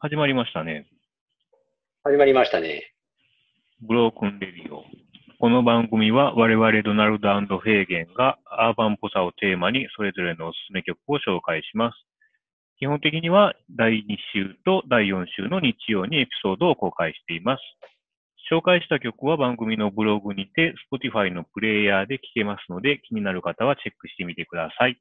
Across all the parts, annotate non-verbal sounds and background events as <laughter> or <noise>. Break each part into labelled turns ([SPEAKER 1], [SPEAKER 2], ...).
[SPEAKER 1] 始まりましたね。
[SPEAKER 2] 始まりましたね。
[SPEAKER 1] ブロークンレディオ。この番組は我々ドナルドヘーゲンがアーバンっぽさをテーマにそれぞれのおすすめ曲を紹介します。基本的には第2週と第4週の日曜にエピソードを公開しています。紹介した曲は番組のブログにて Spotify のプレイヤーで聴けますので気になる方はチェックしてみてください。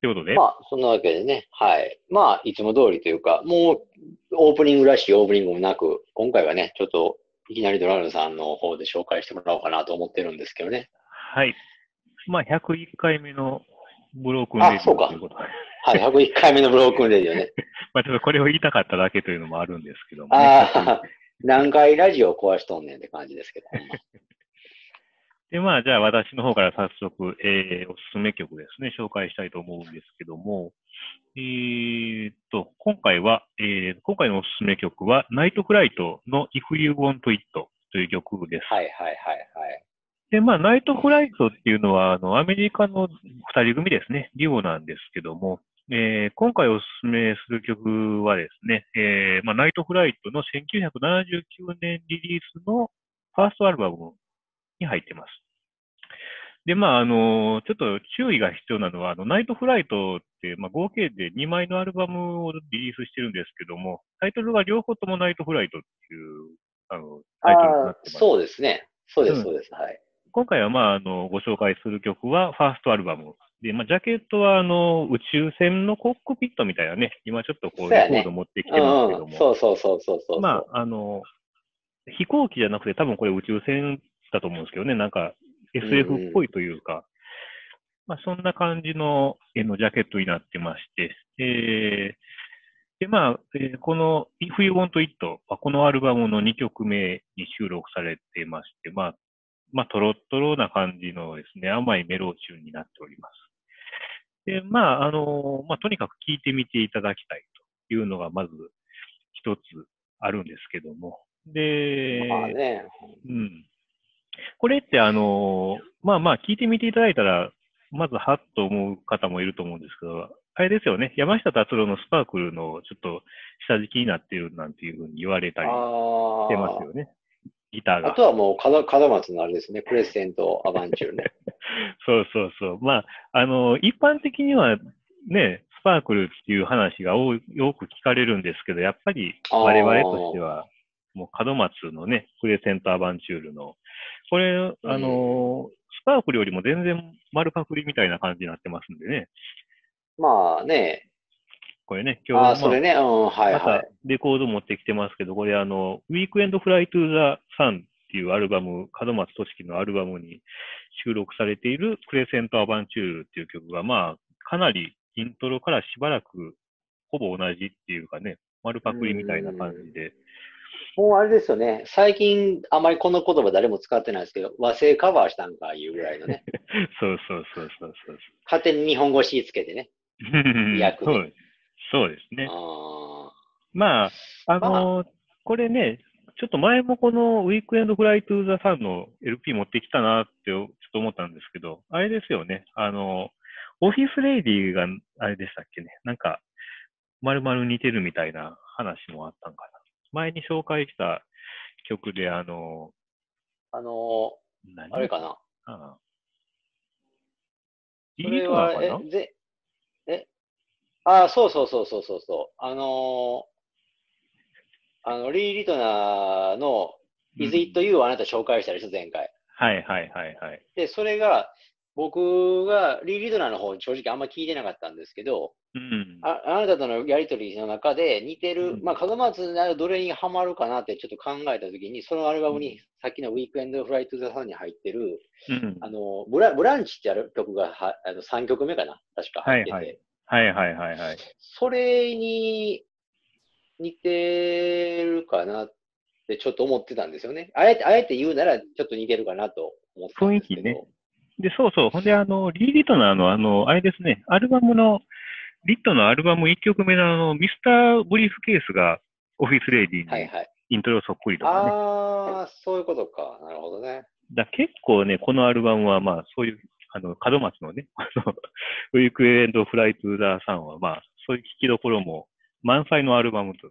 [SPEAKER 1] ということで、
[SPEAKER 2] まあ、そんなわけでね、はい。まあ、いつも通りというか、もう、オープニングらしいオープニングもなく、今回はね、ちょっと、いきなりドラルドさんの方で紹介してもらおうかなと思ってるんですけどね。
[SPEAKER 1] はい。まあ、101回目のブロークンレデ
[SPEAKER 2] あ
[SPEAKER 1] ィ
[SPEAKER 2] そ
[SPEAKER 1] オ
[SPEAKER 2] うか
[SPEAKER 1] ということで、
[SPEAKER 2] はい、101回目のブロークンレディ
[SPEAKER 1] <laughs>
[SPEAKER 2] オね。
[SPEAKER 1] まあ、ちょっとこれを言いたかっただけというのもあるんですけども、ね。
[SPEAKER 2] ああ、何回ラジオ壊しとんねんって感じですけど。ほんま
[SPEAKER 1] で、まあ、じゃあ私の方から早速、えー、おすすめ曲ですね、紹介したいと思うんですけども、えーっと、今回は、えー今回のおすすめ曲は、ナイトフライトの If You Want It という曲です。
[SPEAKER 2] はいはいはいはい。
[SPEAKER 1] で、まあ、ナイトフライトっていうのは、あの、アメリカの二人組ですね、デュオなんですけども、えー今回おすすめする曲はですね、えーまあ、ナイトフライトの1979年リリースのファーストアルバムに入ってます。で、まあ、あの、ちょっと注意が必要なのは、あの、ナイトフライトって、まあ、合計で2枚のアルバムをリリースしてるんですけども、タイトルが両方ともナイトフライトっていう、あの、タイトルにな
[SPEAKER 2] あ
[SPEAKER 1] っ
[SPEAKER 2] あ
[SPEAKER 1] て、ます。
[SPEAKER 2] そうですね。そうで
[SPEAKER 1] うん
[SPEAKER 2] す、そうです。はい。
[SPEAKER 1] 今回は、まあ、あの、ご紹介する曲は、ファーストアルバム。で、まあ、ジャケットは、あの、宇宙船のコックピットみたいなね、今ちょっとこう、
[SPEAKER 2] そうや
[SPEAKER 1] レ
[SPEAKER 2] ね
[SPEAKER 1] コード持ってきてますけども、
[SPEAKER 2] うん、そうそうそうそうそう。
[SPEAKER 1] まあ、あの、飛行機じゃなくて、多分これ宇宙船だと思うんですけどね、なんか SF っぽいというか、まあ、そんな感じの絵のジャケットになってまして、えーで、まあ、えーこの If You Want It はこのアルバムの2曲目に収録されてまして、まあ、まあ、トロットロな感じのですね、甘いメロチューンになっております。で、まあ、あの、まあ、とにかく聴いてみていただきたいというのが、まず一つあるんですけども。で、
[SPEAKER 2] まあね。
[SPEAKER 1] うん。これって、あの、まあまあ、聞いてみていただいたら、まずはっと思う方もいると思うんですけど、あれですよね、山下達郎のスパークルのちょっと下敷きになってるなんていうふうに言われたりして
[SPEAKER 2] あ
[SPEAKER 1] ますよね。ギター
[SPEAKER 2] あ。あ
[SPEAKER 1] が
[SPEAKER 2] と。はもう、門門松のあれですね。クレッセントアバンチュールね。
[SPEAKER 1] そうそうそう。まあ、あの、一般的にはね、スパークルっていう話が多いよく聞かれるんですけど、やっぱり我々としては、もう門松のね、クレセントアバンチュールの、これ、あの、スパークルよりも全然丸パクリみたいな感じになってますんでね、
[SPEAKER 2] まあね、
[SPEAKER 1] これね、今日
[SPEAKER 2] あ
[SPEAKER 1] ま
[SPEAKER 2] あ、それね、うん、はい
[SPEAKER 1] ま
[SPEAKER 2] は
[SPEAKER 1] た
[SPEAKER 2] い。
[SPEAKER 1] レコード持ってきてますけど、これあの、ウィークエンドフライトゥザサンっていうアルバム、門松俊樹のアルバムに収録されているクレセントアバンチュールっていう曲が、まあ、かなりイントロからしばらくほぼ同じっていうかね、丸パクリみたいな感じで。
[SPEAKER 2] もうあれですよね、最近あまりこの言葉誰も使ってないですけど、和製カバーしたんかいうぐらい
[SPEAKER 1] <laughs>
[SPEAKER 2] のね、
[SPEAKER 1] そうそうそうそうそう
[SPEAKER 2] 勝手に日本語詞つけてね。
[SPEAKER 1] そう。
[SPEAKER 2] 役
[SPEAKER 1] そうですそうですね。
[SPEAKER 2] あ
[SPEAKER 1] まあ、あのーこれね、ちょっと前もこのウィークエンドフライトゥーザサンの LP 持ってきたなってちょっと思ったんですけど、あれですよね、あのーオフィスレイディーがあれでしたっけね、なんか、まるまる似てるみたいな話もあったんかな。前に紹介した曲で、あの
[SPEAKER 2] あの
[SPEAKER 1] ー何
[SPEAKER 2] ーあれかな。
[SPEAKER 1] な
[SPEAKER 2] そ
[SPEAKER 1] リ
[SPEAKER 2] れ
[SPEAKER 1] ードな
[SPEAKER 2] は
[SPEAKER 1] のかな
[SPEAKER 2] え、ぜ、え、ああ、そうそうそうそうそうそう。あのーあの、リー・リトナーの Is It You をあなた紹介したでしょ、前回。
[SPEAKER 1] はいはいはいはい。
[SPEAKER 2] で、それが、僕がリー・リトナーの方に正直あんま聞いてなかったんですけど、
[SPEAKER 1] うん。
[SPEAKER 2] ああなたとのやりとりの中で似てる、
[SPEAKER 1] うん
[SPEAKER 2] まあ、門松ならどれにハマるかなってちょっと考えたときに、そのアルバム
[SPEAKER 1] うん
[SPEAKER 2] に、さっきのウィークエンドフライトゥザサンに入ってる、
[SPEAKER 1] うん
[SPEAKER 2] あの、ブラブランチってある曲がはあの3曲目かな確か入ってて、
[SPEAKER 1] はいはいはいはいはい。
[SPEAKER 2] それに似てるかなってちょっと思ってたんですよね。あえて、あえて言うならちょっと似てるかなと思ってたんですけ
[SPEAKER 1] 雰
[SPEAKER 2] ど。
[SPEAKER 1] 囲気ねで、そうそう。ほんで、あの、リー・リトナーの、あの、あれですね、アルバムの、リットのアルバム1曲目の、あの、ミスター・ブリーフケースが、オフィス・レイディ
[SPEAKER 2] は
[SPEAKER 1] ー
[SPEAKER 2] い
[SPEAKER 1] に
[SPEAKER 2] はい。
[SPEAKER 1] イントロそっくりとかね。
[SPEAKER 2] ああ、そういうことか。なるほどね。
[SPEAKER 1] だ結構ね、このアルバムは、まあ、そういう、あの、門 <laughs> 松のね、あの、ウィークエンド・フライト・ザ・サンは、まあ、そういう聞きどころも満載のアルバムと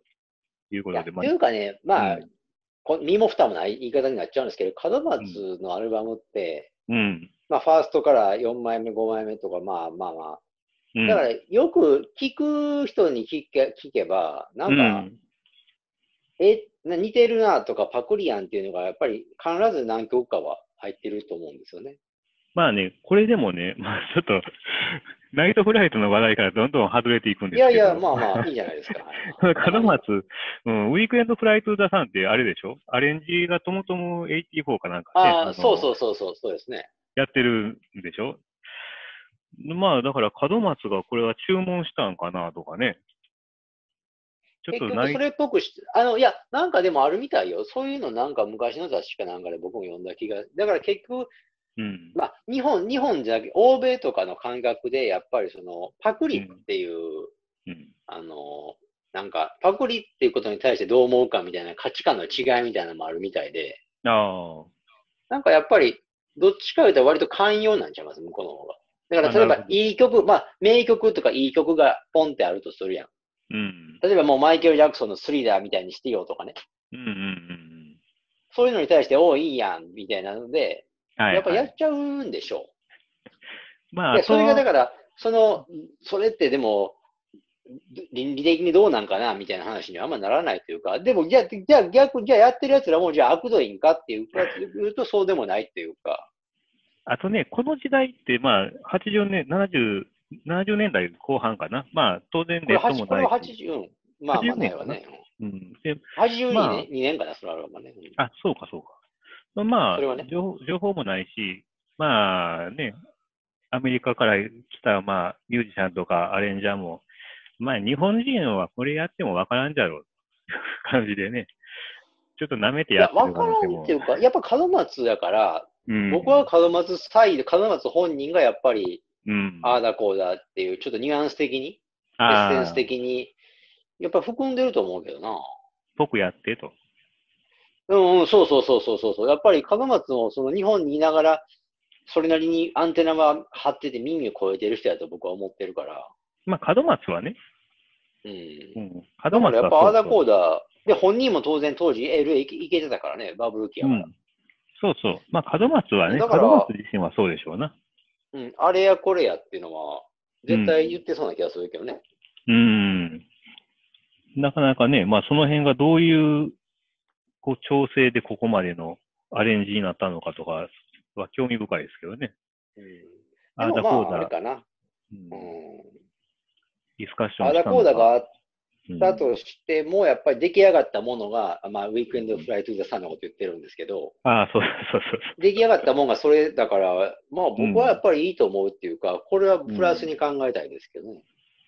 [SPEAKER 1] いうこ
[SPEAKER 2] い
[SPEAKER 1] と
[SPEAKER 2] や
[SPEAKER 1] で、
[SPEAKER 2] と
[SPEAKER 1] まあ
[SPEAKER 2] いうかね、まあ、
[SPEAKER 1] うん
[SPEAKER 2] こ身も蓋もない言い方になっちゃうんですけど、門松のアルバムって、
[SPEAKER 1] うん。
[SPEAKER 2] まあ、ファーストから4枚目、5枚目とか、まあまあま
[SPEAKER 1] う
[SPEAKER 2] あ。
[SPEAKER 1] ん
[SPEAKER 2] だから、よく聞く人に聞け聞けば、なんか、
[SPEAKER 1] うん
[SPEAKER 2] え、な似てるなとか、パクリやんっていうのが、やっぱり必ず何曲かは入ってると思うんですよね。
[SPEAKER 1] まあね、これでもね、まあちょっと、 <laughs> ナイトフライトの話題からどんどん外れていくんです
[SPEAKER 2] い
[SPEAKER 1] けど。
[SPEAKER 2] やいや、まあまあ、いいじゃないですか。はい
[SPEAKER 1] <laughs> 門松、うん、ウィークエンドフライトゥーザさんってあれでしょアレンジがともとも84かなんか、ね、
[SPEAKER 2] ああ、そう
[SPEAKER 1] う。
[SPEAKER 2] そうそうそう、そうですね。
[SPEAKER 1] やってるんでしょまあ、だから門松がこれは注文したんかなとかね。ちょ
[SPEAKER 2] 結
[SPEAKER 1] っと
[SPEAKER 2] 局
[SPEAKER 1] ない
[SPEAKER 2] それっぽくし、あの、いや、なんかでもあるみたいよ。そういうのなんか昔の雑誌かなんかで僕も読んだ気が。だから結局、
[SPEAKER 1] うん。
[SPEAKER 2] まあ、日本、日本じゃなくて、欧米とかの感覚で、やっぱりその、パクリっていう、
[SPEAKER 1] うん。
[SPEAKER 2] あの、なんか、パクリっていうことに対してどう思うかみたいな価値観の違いみたいなのもあるみたいで、
[SPEAKER 1] あ
[SPEAKER 2] なんかやっぱり、どっちか言うと割と寛容なんちゃいます向こうの方が。だから、
[SPEAKER 1] あな
[SPEAKER 2] 例え
[SPEAKER 1] る
[SPEAKER 2] ば
[SPEAKER 1] ほ、ど
[SPEAKER 2] いい曲、まあ、名曲とかいい曲がポンってあるとするやん。
[SPEAKER 1] あ。うん。
[SPEAKER 2] 例えばもうマイケル・ジャクソンのスリラーみたいにしてよとかね。
[SPEAKER 1] うんうんうん
[SPEAKER 2] そういうのに対して、おういいやん、みたいなので、
[SPEAKER 1] うん。はい、はい。
[SPEAKER 2] やっぱやっちゃうんでしょう。
[SPEAKER 1] ま
[SPEAKER 2] で
[SPEAKER 1] あ、
[SPEAKER 2] それがだ
[SPEAKER 1] ら、
[SPEAKER 2] から、その、それってでも、倫理的にどうなんかな、みたいな話にはあんまならないというか、でも、じゃあ、じゃあ逆、じゃあやってる奴らも、じゃあ悪どいんかっていうか、言うとそうでもないっていうか、
[SPEAKER 1] あとね、この時代って、まあ、80年、70、70年代後半かな。まあ、当然
[SPEAKER 2] こ
[SPEAKER 1] レ
[SPEAKER 2] れ
[SPEAKER 1] ッド
[SPEAKER 2] 八
[SPEAKER 1] も
[SPEAKER 2] こ
[SPEAKER 1] な
[SPEAKER 2] れ
[SPEAKER 1] い
[SPEAKER 2] は
[SPEAKER 1] し。
[SPEAKER 2] 80、うん、まあま
[SPEAKER 1] 80
[SPEAKER 2] あな
[SPEAKER 1] 年
[SPEAKER 2] いわね。うん
[SPEAKER 1] うん。で、
[SPEAKER 2] 82年、
[SPEAKER 1] まあ
[SPEAKER 2] 2年かな、それはあるわね。うん
[SPEAKER 1] あ、そうか、そうか。まあ、
[SPEAKER 2] それはね
[SPEAKER 1] 情報情報もないし、まあね、アメリカから来た、まあ、ミュージシャンとかアレンジャーも、まあ、日本人はこれやってもわからんじゃろう、 <laughs> 感じでね。ちょっと舐めて
[SPEAKER 2] い
[SPEAKER 1] や
[SPEAKER 2] や
[SPEAKER 1] っ、て
[SPEAKER 2] わ
[SPEAKER 1] る
[SPEAKER 2] からんっていうか、やっぱ門松やから、
[SPEAKER 1] うん、
[SPEAKER 2] 僕は、門松サイド、門松本人がやっぱり、
[SPEAKER 1] うん、
[SPEAKER 2] ああだこうだっていう、ちょっとニュアンス的に、エ
[SPEAKER 1] あ
[SPEAKER 2] ッセ
[SPEAKER 1] ー
[SPEAKER 2] ンス的に、やっぱ含んでると思うけどな。
[SPEAKER 1] 僕やってと。
[SPEAKER 2] うんうん、そうそうそうそうそうそう。やっぱり門松もその日本にいながら、それなりにアンテナは張ってて耳を超えてる人やと僕は思ってるから。
[SPEAKER 1] まあ、門松はね、
[SPEAKER 2] うん
[SPEAKER 1] う。ん、
[SPEAKER 2] だ
[SPEAKER 1] 門
[SPEAKER 2] か
[SPEAKER 1] 松
[SPEAKER 2] らやっぱ
[SPEAKER 1] そ
[SPEAKER 2] ア
[SPEAKER 1] う
[SPEAKER 2] ーダ
[SPEAKER 1] そう
[SPEAKER 2] コーダー、で、本人も当然当時 LA 行け行けてたからね、バブル期や
[SPEAKER 1] う
[SPEAKER 2] から。
[SPEAKER 1] ん。そうそう。まあ、門松はね、
[SPEAKER 2] だから
[SPEAKER 1] 門松自身はそうでしょうな。
[SPEAKER 2] うん、あれやこれやっていうのは、絶対言ってそうな気がするけどね。
[SPEAKER 1] うん。なかなかね、まあその辺がどういう、こう、調整でここまでのアレンジになったのかとかは興味深いですけどね。
[SPEAKER 2] うん。
[SPEAKER 1] あ
[SPEAKER 2] で
[SPEAKER 1] ーだ
[SPEAKER 2] もま
[SPEAKER 1] こ
[SPEAKER 2] あ、あれ
[SPEAKER 1] うだ、
[SPEAKER 2] かな。
[SPEAKER 1] うん
[SPEAKER 2] うん。
[SPEAKER 1] ディスカッション
[SPEAKER 2] あ
[SPEAKER 1] した
[SPEAKER 2] ーダ
[SPEAKER 1] のか。
[SPEAKER 2] コーダーがあった
[SPEAKER 1] うん
[SPEAKER 2] としても、やっぱり出来上がったものが、まあ、ウィークエンドフライトゥーザサンのこと言ってるんですけど、
[SPEAKER 1] ああ、そうそうそう
[SPEAKER 2] 出来上がったもんがそれだから、まあ僕はやっぱりいいと思うっていうか、これはプラスに考えたいですけどね。
[SPEAKER 1] そう。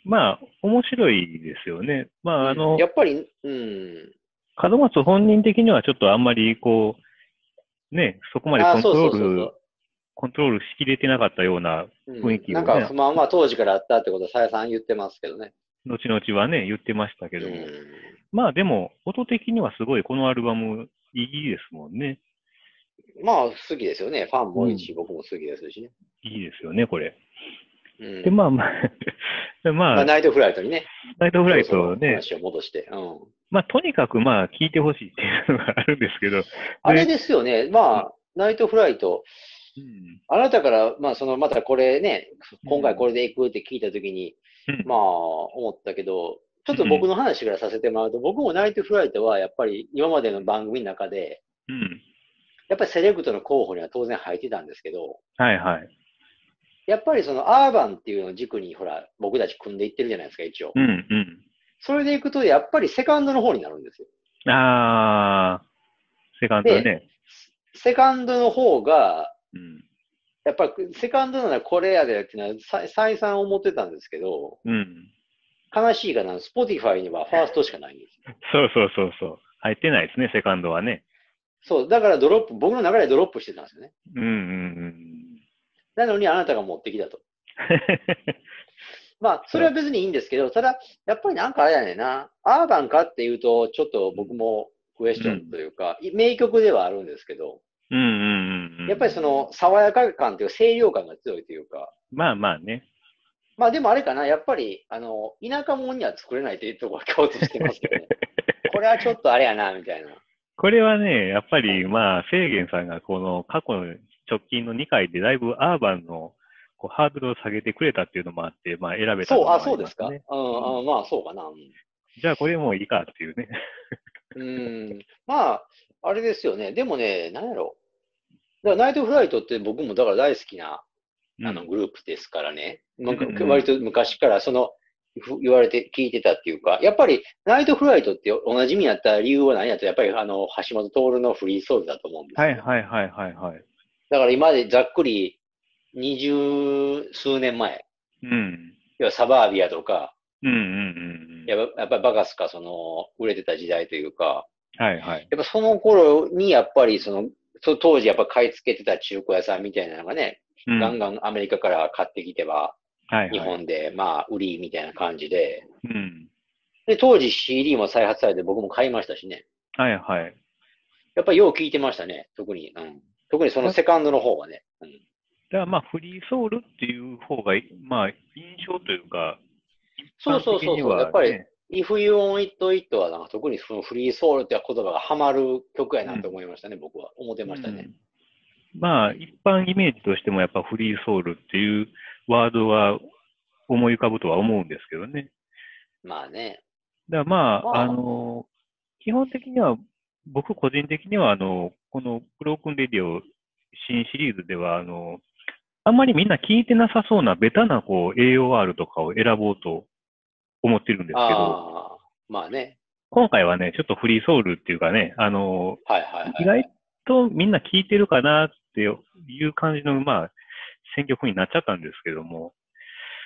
[SPEAKER 1] まあ、面白いですよね。まあ、あの
[SPEAKER 2] や、っぱり、うん。
[SPEAKER 1] 門松本人的にはちょっとあんまり、こう、ね、そこまで
[SPEAKER 2] あ
[SPEAKER 1] コ
[SPEAKER 2] ー
[SPEAKER 1] ント
[SPEAKER 2] そうそ
[SPEAKER 1] ロ
[SPEAKER 2] うそう
[SPEAKER 1] ー
[SPEAKER 2] そ
[SPEAKER 1] ル、コントロールしきれてなかったような、
[SPEAKER 2] う。うん
[SPEAKER 1] 雰囲気を
[SPEAKER 2] な
[SPEAKER 1] ね
[SPEAKER 2] んか不満は当時からあったってことは、さやさん言ってますけどね。
[SPEAKER 1] 後々はね、言ってました
[SPEAKER 2] う
[SPEAKER 1] けども。
[SPEAKER 2] ん。
[SPEAKER 1] まあでも、音的にはすごいこのアルバムいいですもんね。
[SPEAKER 2] まあ好きですよね。ファンも多いし、僕も好きですしね。
[SPEAKER 1] いいですよね、これ。
[SPEAKER 2] うん
[SPEAKER 1] で、まあま <laughs> あで、ま
[SPEAKER 2] まあ
[SPEAKER 1] あ、
[SPEAKER 2] ナイトフライトにね。
[SPEAKER 1] ナイトフライ
[SPEAKER 2] そろ
[SPEAKER 1] ト
[SPEAKER 2] そろ
[SPEAKER 1] ね、
[SPEAKER 2] 話を戻して。うん。
[SPEAKER 1] まあとにかくまあ聴いてほしいっていうのがあるんですけど、
[SPEAKER 2] あれですよね。まあ、ナイトフライト。
[SPEAKER 1] うん
[SPEAKER 2] あなたから、まあその、またこれね、今回これで行くって聞いたときに、
[SPEAKER 1] うん
[SPEAKER 2] まあ、思ったけど、ちょっと僕の話からさせてもらうと、僕もナイトフライトはやっぱり今までの番組の中で、
[SPEAKER 1] うん。
[SPEAKER 2] やっぱりセレクトの候補には当然入ってたんですけど、
[SPEAKER 1] はいはい。
[SPEAKER 2] やっぱりそのアーバンっていうのを軸に、ほら、僕たち組んでいってるじゃないですか、一応
[SPEAKER 1] う。ん
[SPEAKER 2] それでいくと、やっぱりセカンドの方になるんですよ。
[SPEAKER 1] うん。あー、セカンドね。
[SPEAKER 2] セカンドの方が、
[SPEAKER 1] うん。
[SPEAKER 2] やっぱりセカンドならこれやでっていうのは再再三思ってたんですけど、
[SPEAKER 1] うん。
[SPEAKER 2] 悲しいかな、スポティファイにはファーストしかないんです。
[SPEAKER 1] そうそうそうそう。入ってないですね、セカンドはね。
[SPEAKER 2] そう、だからドロップ、僕の中でドロップしてたんですよね。
[SPEAKER 1] うんうんうん。
[SPEAKER 2] なのにあなたが持ってきた
[SPEAKER 1] <laughs>
[SPEAKER 2] と。まあ、それは別にいいんですけど、ただ、やっぱりなんかあれだねんな、アーバンかっていうと、ちょっと僕もクエスチョンというか、い名曲ではあるんですけど、
[SPEAKER 1] うんうんうんうん。
[SPEAKER 2] やっぱりその、爽やか感というか、清涼感が強いというか、
[SPEAKER 1] まあまあね。
[SPEAKER 2] まあでもあれかな、やっぱり、あの、田舎者には作れないというところは共通してますけどね。
[SPEAKER 1] <laughs>
[SPEAKER 2] これはちょっとあれやな、みたいな。
[SPEAKER 1] これはね、やっぱり、まあ、制限さんがこの過去の直近の2回でだいぶアーバンのこうハードルを下げてくれたっていうのもあって、まあ、選べたの
[SPEAKER 2] そう、
[SPEAKER 1] も
[SPEAKER 2] あ、
[SPEAKER 1] り
[SPEAKER 2] そうですか。
[SPEAKER 1] ま
[SPEAKER 2] うん、
[SPEAKER 1] ね
[SPEAKER 2] あまあそうかな。うん
[SPEAKER 1] じゃあこれもういいかっていうね。
[SPEAKER 2] <laughs> うんまあ、あれですよね。でもね、なんやろ。だからナイトフライトって僕もだから大好きなあの
[SPEAKER 1] うん
[SPEAKER 2] グループですからね。なんか
[SPEAKER 1] うんうん
[SPEAKER 2] 割と昔からそのふ言われて聞いてたっていうか、やっぱりナイトフライトっておなじみやった理由は何やったらやっぱりあの橋本徹のフリーソウルだと思うんですよ。
[SPEAKER 1] はいはいはいはいはい。
[SPEAKER 2] だから今までざっくり二十数年前、
[SPEAKER 1] うん。
[SPEAKER 2] 要はサバービアとか、
[SPEAKER 1] うんうんうん
[SPEAKER 2] やっぱやっぱりバカスかその売れてた時代というか、
[SPEAKER 1] うん。はいはい。
[SPEAKER 2] やっぱその頃にやっぱりその、そ当時やっぱ買い付けてた中古屋さんみたいなのがね、
[SPEAKER 1] うん
[SPEAKER 2] ガンガンアメリカから買ってきては、
[SPEAKER 1] はいはい。
[SPEAKER 2] 日本でまあ売りみたいな感じで、
[SPEAKER 1] うん。
[SPEAKER 2] で、当時 CD も再発されて僕も買いましたしね。
[SPEAKER 1] はいはい。
[SPEAKER 2] やっぱりよう聞いてましたね、特に。うん。特にそのセカンドの方はね。うん。
[SPEAKER 1] だからまあ、フリーソウルっていう方が、まあ、印象というか、
[SPEAKER 2] そうそうそ
[SPEAKER 1] 一般的
[SPEAKER 2] う
[SPEAKER 1] に
[SPEAKER 2] そう、
[SPEAKER 1] はね
[SPEAKER 2] やっぱり、If You Want It It はなんか特にそのフリーソウルって言葉がハマる曲やなと思いましたね、僕は。思ってましたね。
[SPEAKER 1] うんまあ、一般イメージとしてもやっぱフリーソウルっていうワードは思い浮かぶとは思うんですけどね。
[SPEAKER 2] まあね。
[SPEAKER 1] だからま
[SPEAKER 2] ま
[SPEAKER 1] あ、
[SPEAKER 2] あ
[SPEAKER 1] あの、基本的には、僕個人的には、あの、このブロークンレディオ新シリーズでは、あの、あんまりみんな聞いてなさそうなベタなこう AOR とかを選ぼうと思ってるんですけど、
[SPEAKER 2] ああ、まあね。
[SPEAKER 1] 今回はね、ちょっとフリーソウルっていうかね、あの、
[SPEAKER 2] はいはいはい。
[SPEAKER 1] 意外とみんな聞いてるかなっていう感じの、まあ、選曲になっちゃったんですけども、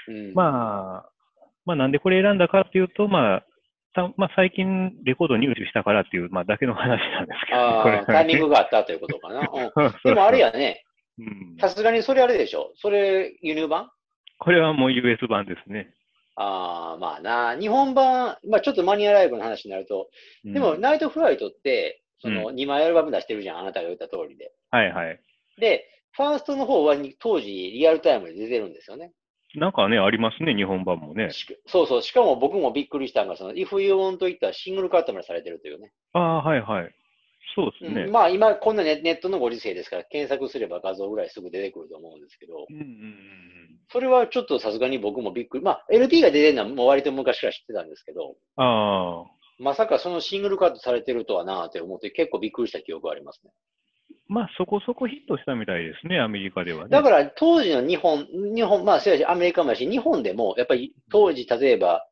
[SPEAKER 2] うん、
[SPEAKER 1] まあ、まあ、なんでこれ選んだかっていうと、まあ、たまあ、最近レコード入手したからっていう、まあ、だけの話なんですけど、
[SPEAKER 2] あ
[SPEAKER 1] こ
[SPEAKER 2] ー
[SPEAKER 1] れ
[SPEAKER 2] タ
[SPEAKER 1] <laughs>
[SPEAKER 2] イミングがあったということかな。うん、でもあれ、やね、
[SPEAKER 1] うん
[SPEAKER 2] さすがにそれあれでしょ。それ輸入版
[SPEAKER 1] これはもう US 版ですね。
[SPEAKER 2] ああ、まあな。日本版、まあちょっとマニアライブの話になると、
[SPEAKER 1] うん
[SPEAKER 2] でもナイトフライトって、その
[SPEAKER 1] う
[SPEAKER 2] 2枚アルバム出してるじゃん、あなたが言った通りで。
[SPEAKER 1] はいはい。
[SPEAKER 2] で、ファーストの方はに当時リアルタイムで出てるんですよね。
[SPEAKER 1] なんかね、ありますね、日本版もね。
[SPEAKER 2] しかそうそう、しかも僕もびっくりしたのが、その If You Want といったシングルカットまでされてるというね。
[SPEAKER 1] ああ、はいはい。そうで
[SPEAKER 2] う
[SPEAKER 1] す
[SPEAKER 2] ん
[SPEAKER 1] ね。
[SPEAKER 2] まあ今、こんなネネットのご時世ですから、検索すれば画像ぐらいすぐ出てくると思うんですけど、
[SPEAKER 1] うんうんうん
[SPEAKER 2] それはちょっとさすがに僕もびっくり。まあ、LP が出てるのはもう割と昔から知ってたんですけど、
[SPEAKER 1] ああ。
[SPEAKER 2] まさかそのシングルカットされてるとはなぁって思って結構びっくりした記憶がありますね。
[SPEAKER 1] まあ、そこそこヒットしたみたいですね、アメリカではね。
[SPEAKER 2] だから当時の日本、日本、まあそうやし、アメリカもやし、日本でもやっぱり当時例えば、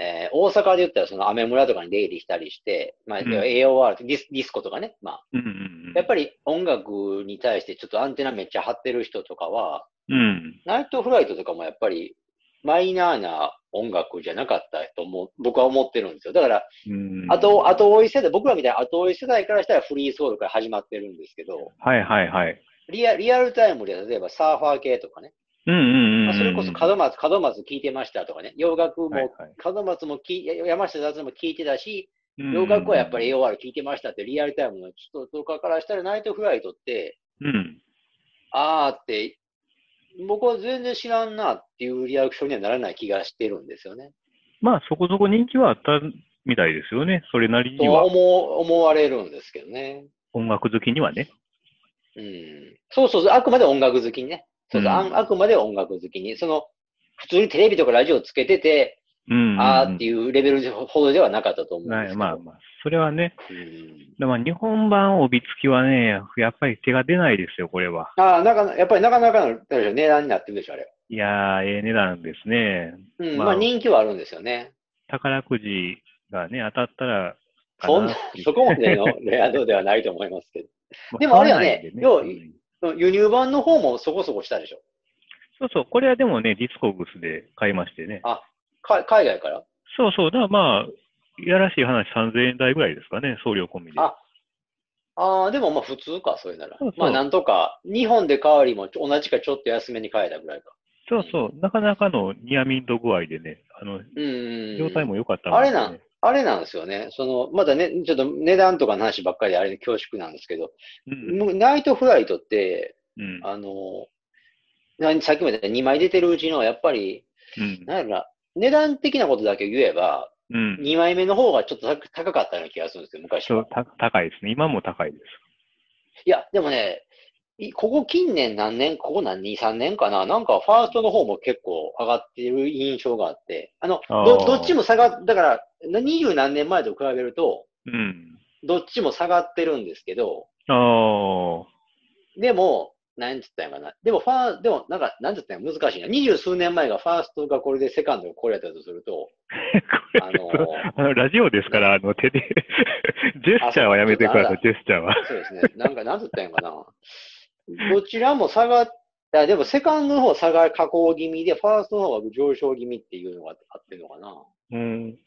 [SPEAKER 2] えー大阪で言ったらそのアメ村とかに出入りしたりして、まあ、
[SPEAKER 1] うん
[SPEAKER 2] AOR ってディスディスコとかね、まあ、
[SPEAKER 1] うんうんうん、
[SPEAKER 2] やっぱり音楽に対してちょっとアンテナめっちゃ張ってる人とかは、
[SPEAKER 1] うん。
[SPEAKER 2] ナイトフライトとかもやっぱりマイナーな音楽じゃなかったと思う、僕は思ってるんですよ。だから、
[SPEAKER 1] うん
[SPEAKER 2] 後、後追い世代、僕らみたいな後追い世代からしたらフリーソウルから始まってるんですけど、
[SPEAKER 1] はいはいはい。
[SPEAKER 2] リアリアルタイムで例えばサーファー系とかね、
[SPEAKER 1] うんうんうん、
[SPEAKER 2] まあ、それこそ門松、門松聞いてましたとかね、洋楽も、
[SPEAKER 1] はいはい
[SPEAKER 2] 門松も聞い山下達郎も聞いてたし、洋
[SPEAKER 1] 洋
[SPEAKER 2] 楽はやっぱり AOR 聞いてましたって、リアルタイムの人とかからしたらナイトフライトって、
[SPEAKER 1] うん。
[SPEAKER 2] あーって、僕は全然知らんなっていうリアクションにはならない気がしてるんですよね。
[SPEAKER 1] まあそこそこ人気はあったみたいですよね。それなり
[SPEAKER 2] と
[SPEAKER 1] に
[SPEAKER 2] は
[SPEAKER 1] は。
[SPEAKER 2] 思う思われるんですけどね。
[SPEAKER 1] 音楽好きにはね。
[SPEAKER 2] うんそうそうそう、あくまで音楽好きにね。そうそう、あん
[SPEAKER 1] うん
[SPEAKER 2] あくまで音楽好きに。その、普通にテレビとかラジオつけてて、
[SPEAKER 1] うんうんうん、
[SPEAKER 2] あーっていうレベルほどではなかったと思うんです
[SPEAKER 1] は
[SPEAKER 2] け
[SPEAKER 1] い
[SPEAKER 2] ど。
[SPEAKER 1] まあまあ、それはね。
[SPEAKER 2] うん
[SPEAKER 1] でも日本版帯付きはね、やっぱり手が出ないですよ、これは。
[SPEAKER 2] ああ、なかなやっぱりなかなかの値段になってるでしょ、あれ。
[SPEAKER 1] いやー、ええ値段ですね。
[SPEAKER 2] うん、
[SPEAKER 1] ま
[SPEAKER 2] ま
[SPEAKER 1] あ
[SPEAKER 2] あ、人気はあるんですよね。
[SPEAKER 1] 宝くじがね、当たったらか
[SPEAKER 2] そんな
[SPEAKER 1] っていう、
[SPEAKER 2] そこまでのレア度ではないと思いますけ
[SPEAKER 1] ま
[SPEAKER 2] でもあれはね
[SPEAKER 1] 買わないんで
[SPEAKER 2] 要は
[SPEAKER 1] うん
[SPEAKER 2] ど。輸入版の方もそこそこしたでしょ。
[SPEAKER 1] そうそう、これはでもね、ディスコグスで買いましてね。
[SPEAKER 2] か海外から。
[SPEAKER 1] そうそう、だからまあ、いやらしい話、3000円台ぐらいですかね、送料込みで。
[SPEAKER 2] あああ、でもまあ普通か、それなら。
[SPEAKER 1] そうそう
[SPEAKER 2] まあなんとか、日本で買うよりもちょ同じかちょっと安めに買えたぐらいか。
[SPEAKER 1] そうそう、なかなかのニアミンド具合でね、あの、
[SPEAKER 2] うんうんうん。
[SPEAKER 1] 状態も良かった
[SPEAKER 2] あ
[SPEAKER 1] もんね
[SPEAKER 2] れなんあれなんですよね。その、まだね、ちょっと値段とかの話ばっかりであれで恐縮なんですけど、
[SPEAKER 1] うん。
[SPEAKER 2] もうナイトフライトって、
[SPEAKER 1] うん。
[SPEAKER 2] あの、なさっきも言った2枚出てるうちの、やっぱり、
[SPEAKER 1] うん。
[SPEAKER 2] なんやろな、値段的なことだけ言えば、
[SPEAKER 1] うん。
[SPEAKER 2] 2枚目の方がちょっと高高かったような気がするんですよ、昔
[SPEAKER 1] そ
[SPEAKER 2] は
[SPEAKER 1] う。た高いですね。今も高いです。
[SPEAKER 2] いや、でもね、いここ近年何年、ここ何、2、3年かな、なんかファーストの方も結構上がってる印象があって、あの、ど
[SPEAKER 1] あー
[SPEAKER 2] どっちも下が、だから、な二十何年前と比べると、
[SPEAKER 1] うん。
[SPEAKER 2] どっちも下がってるんですけど、
[SPEAKER 1] ああ。
[SPEAKER 2] でも、なんつったんやかな。でも、ファー、でも、なんか、なんつったんや、難しいな。二十数年前がファーストがこれで、セカンドがこれやったとすると、あのー
[SPEAKER 1] あ <laughs> のラジオですから、あの手で、 <laughs> ジェスチャーはやめてください
[SPEAKER 2] あ、
[SPEAKER 1] ジェスチャーは。
[SPEAKER 2] そうですね。なんか、なんつったんやかな。どちらも下がっいやでも、セカンドの方は下が、下降気味で、ファーストの方は上昇気味っていうのがあってるのかな。
[SPEAKER 1] うん。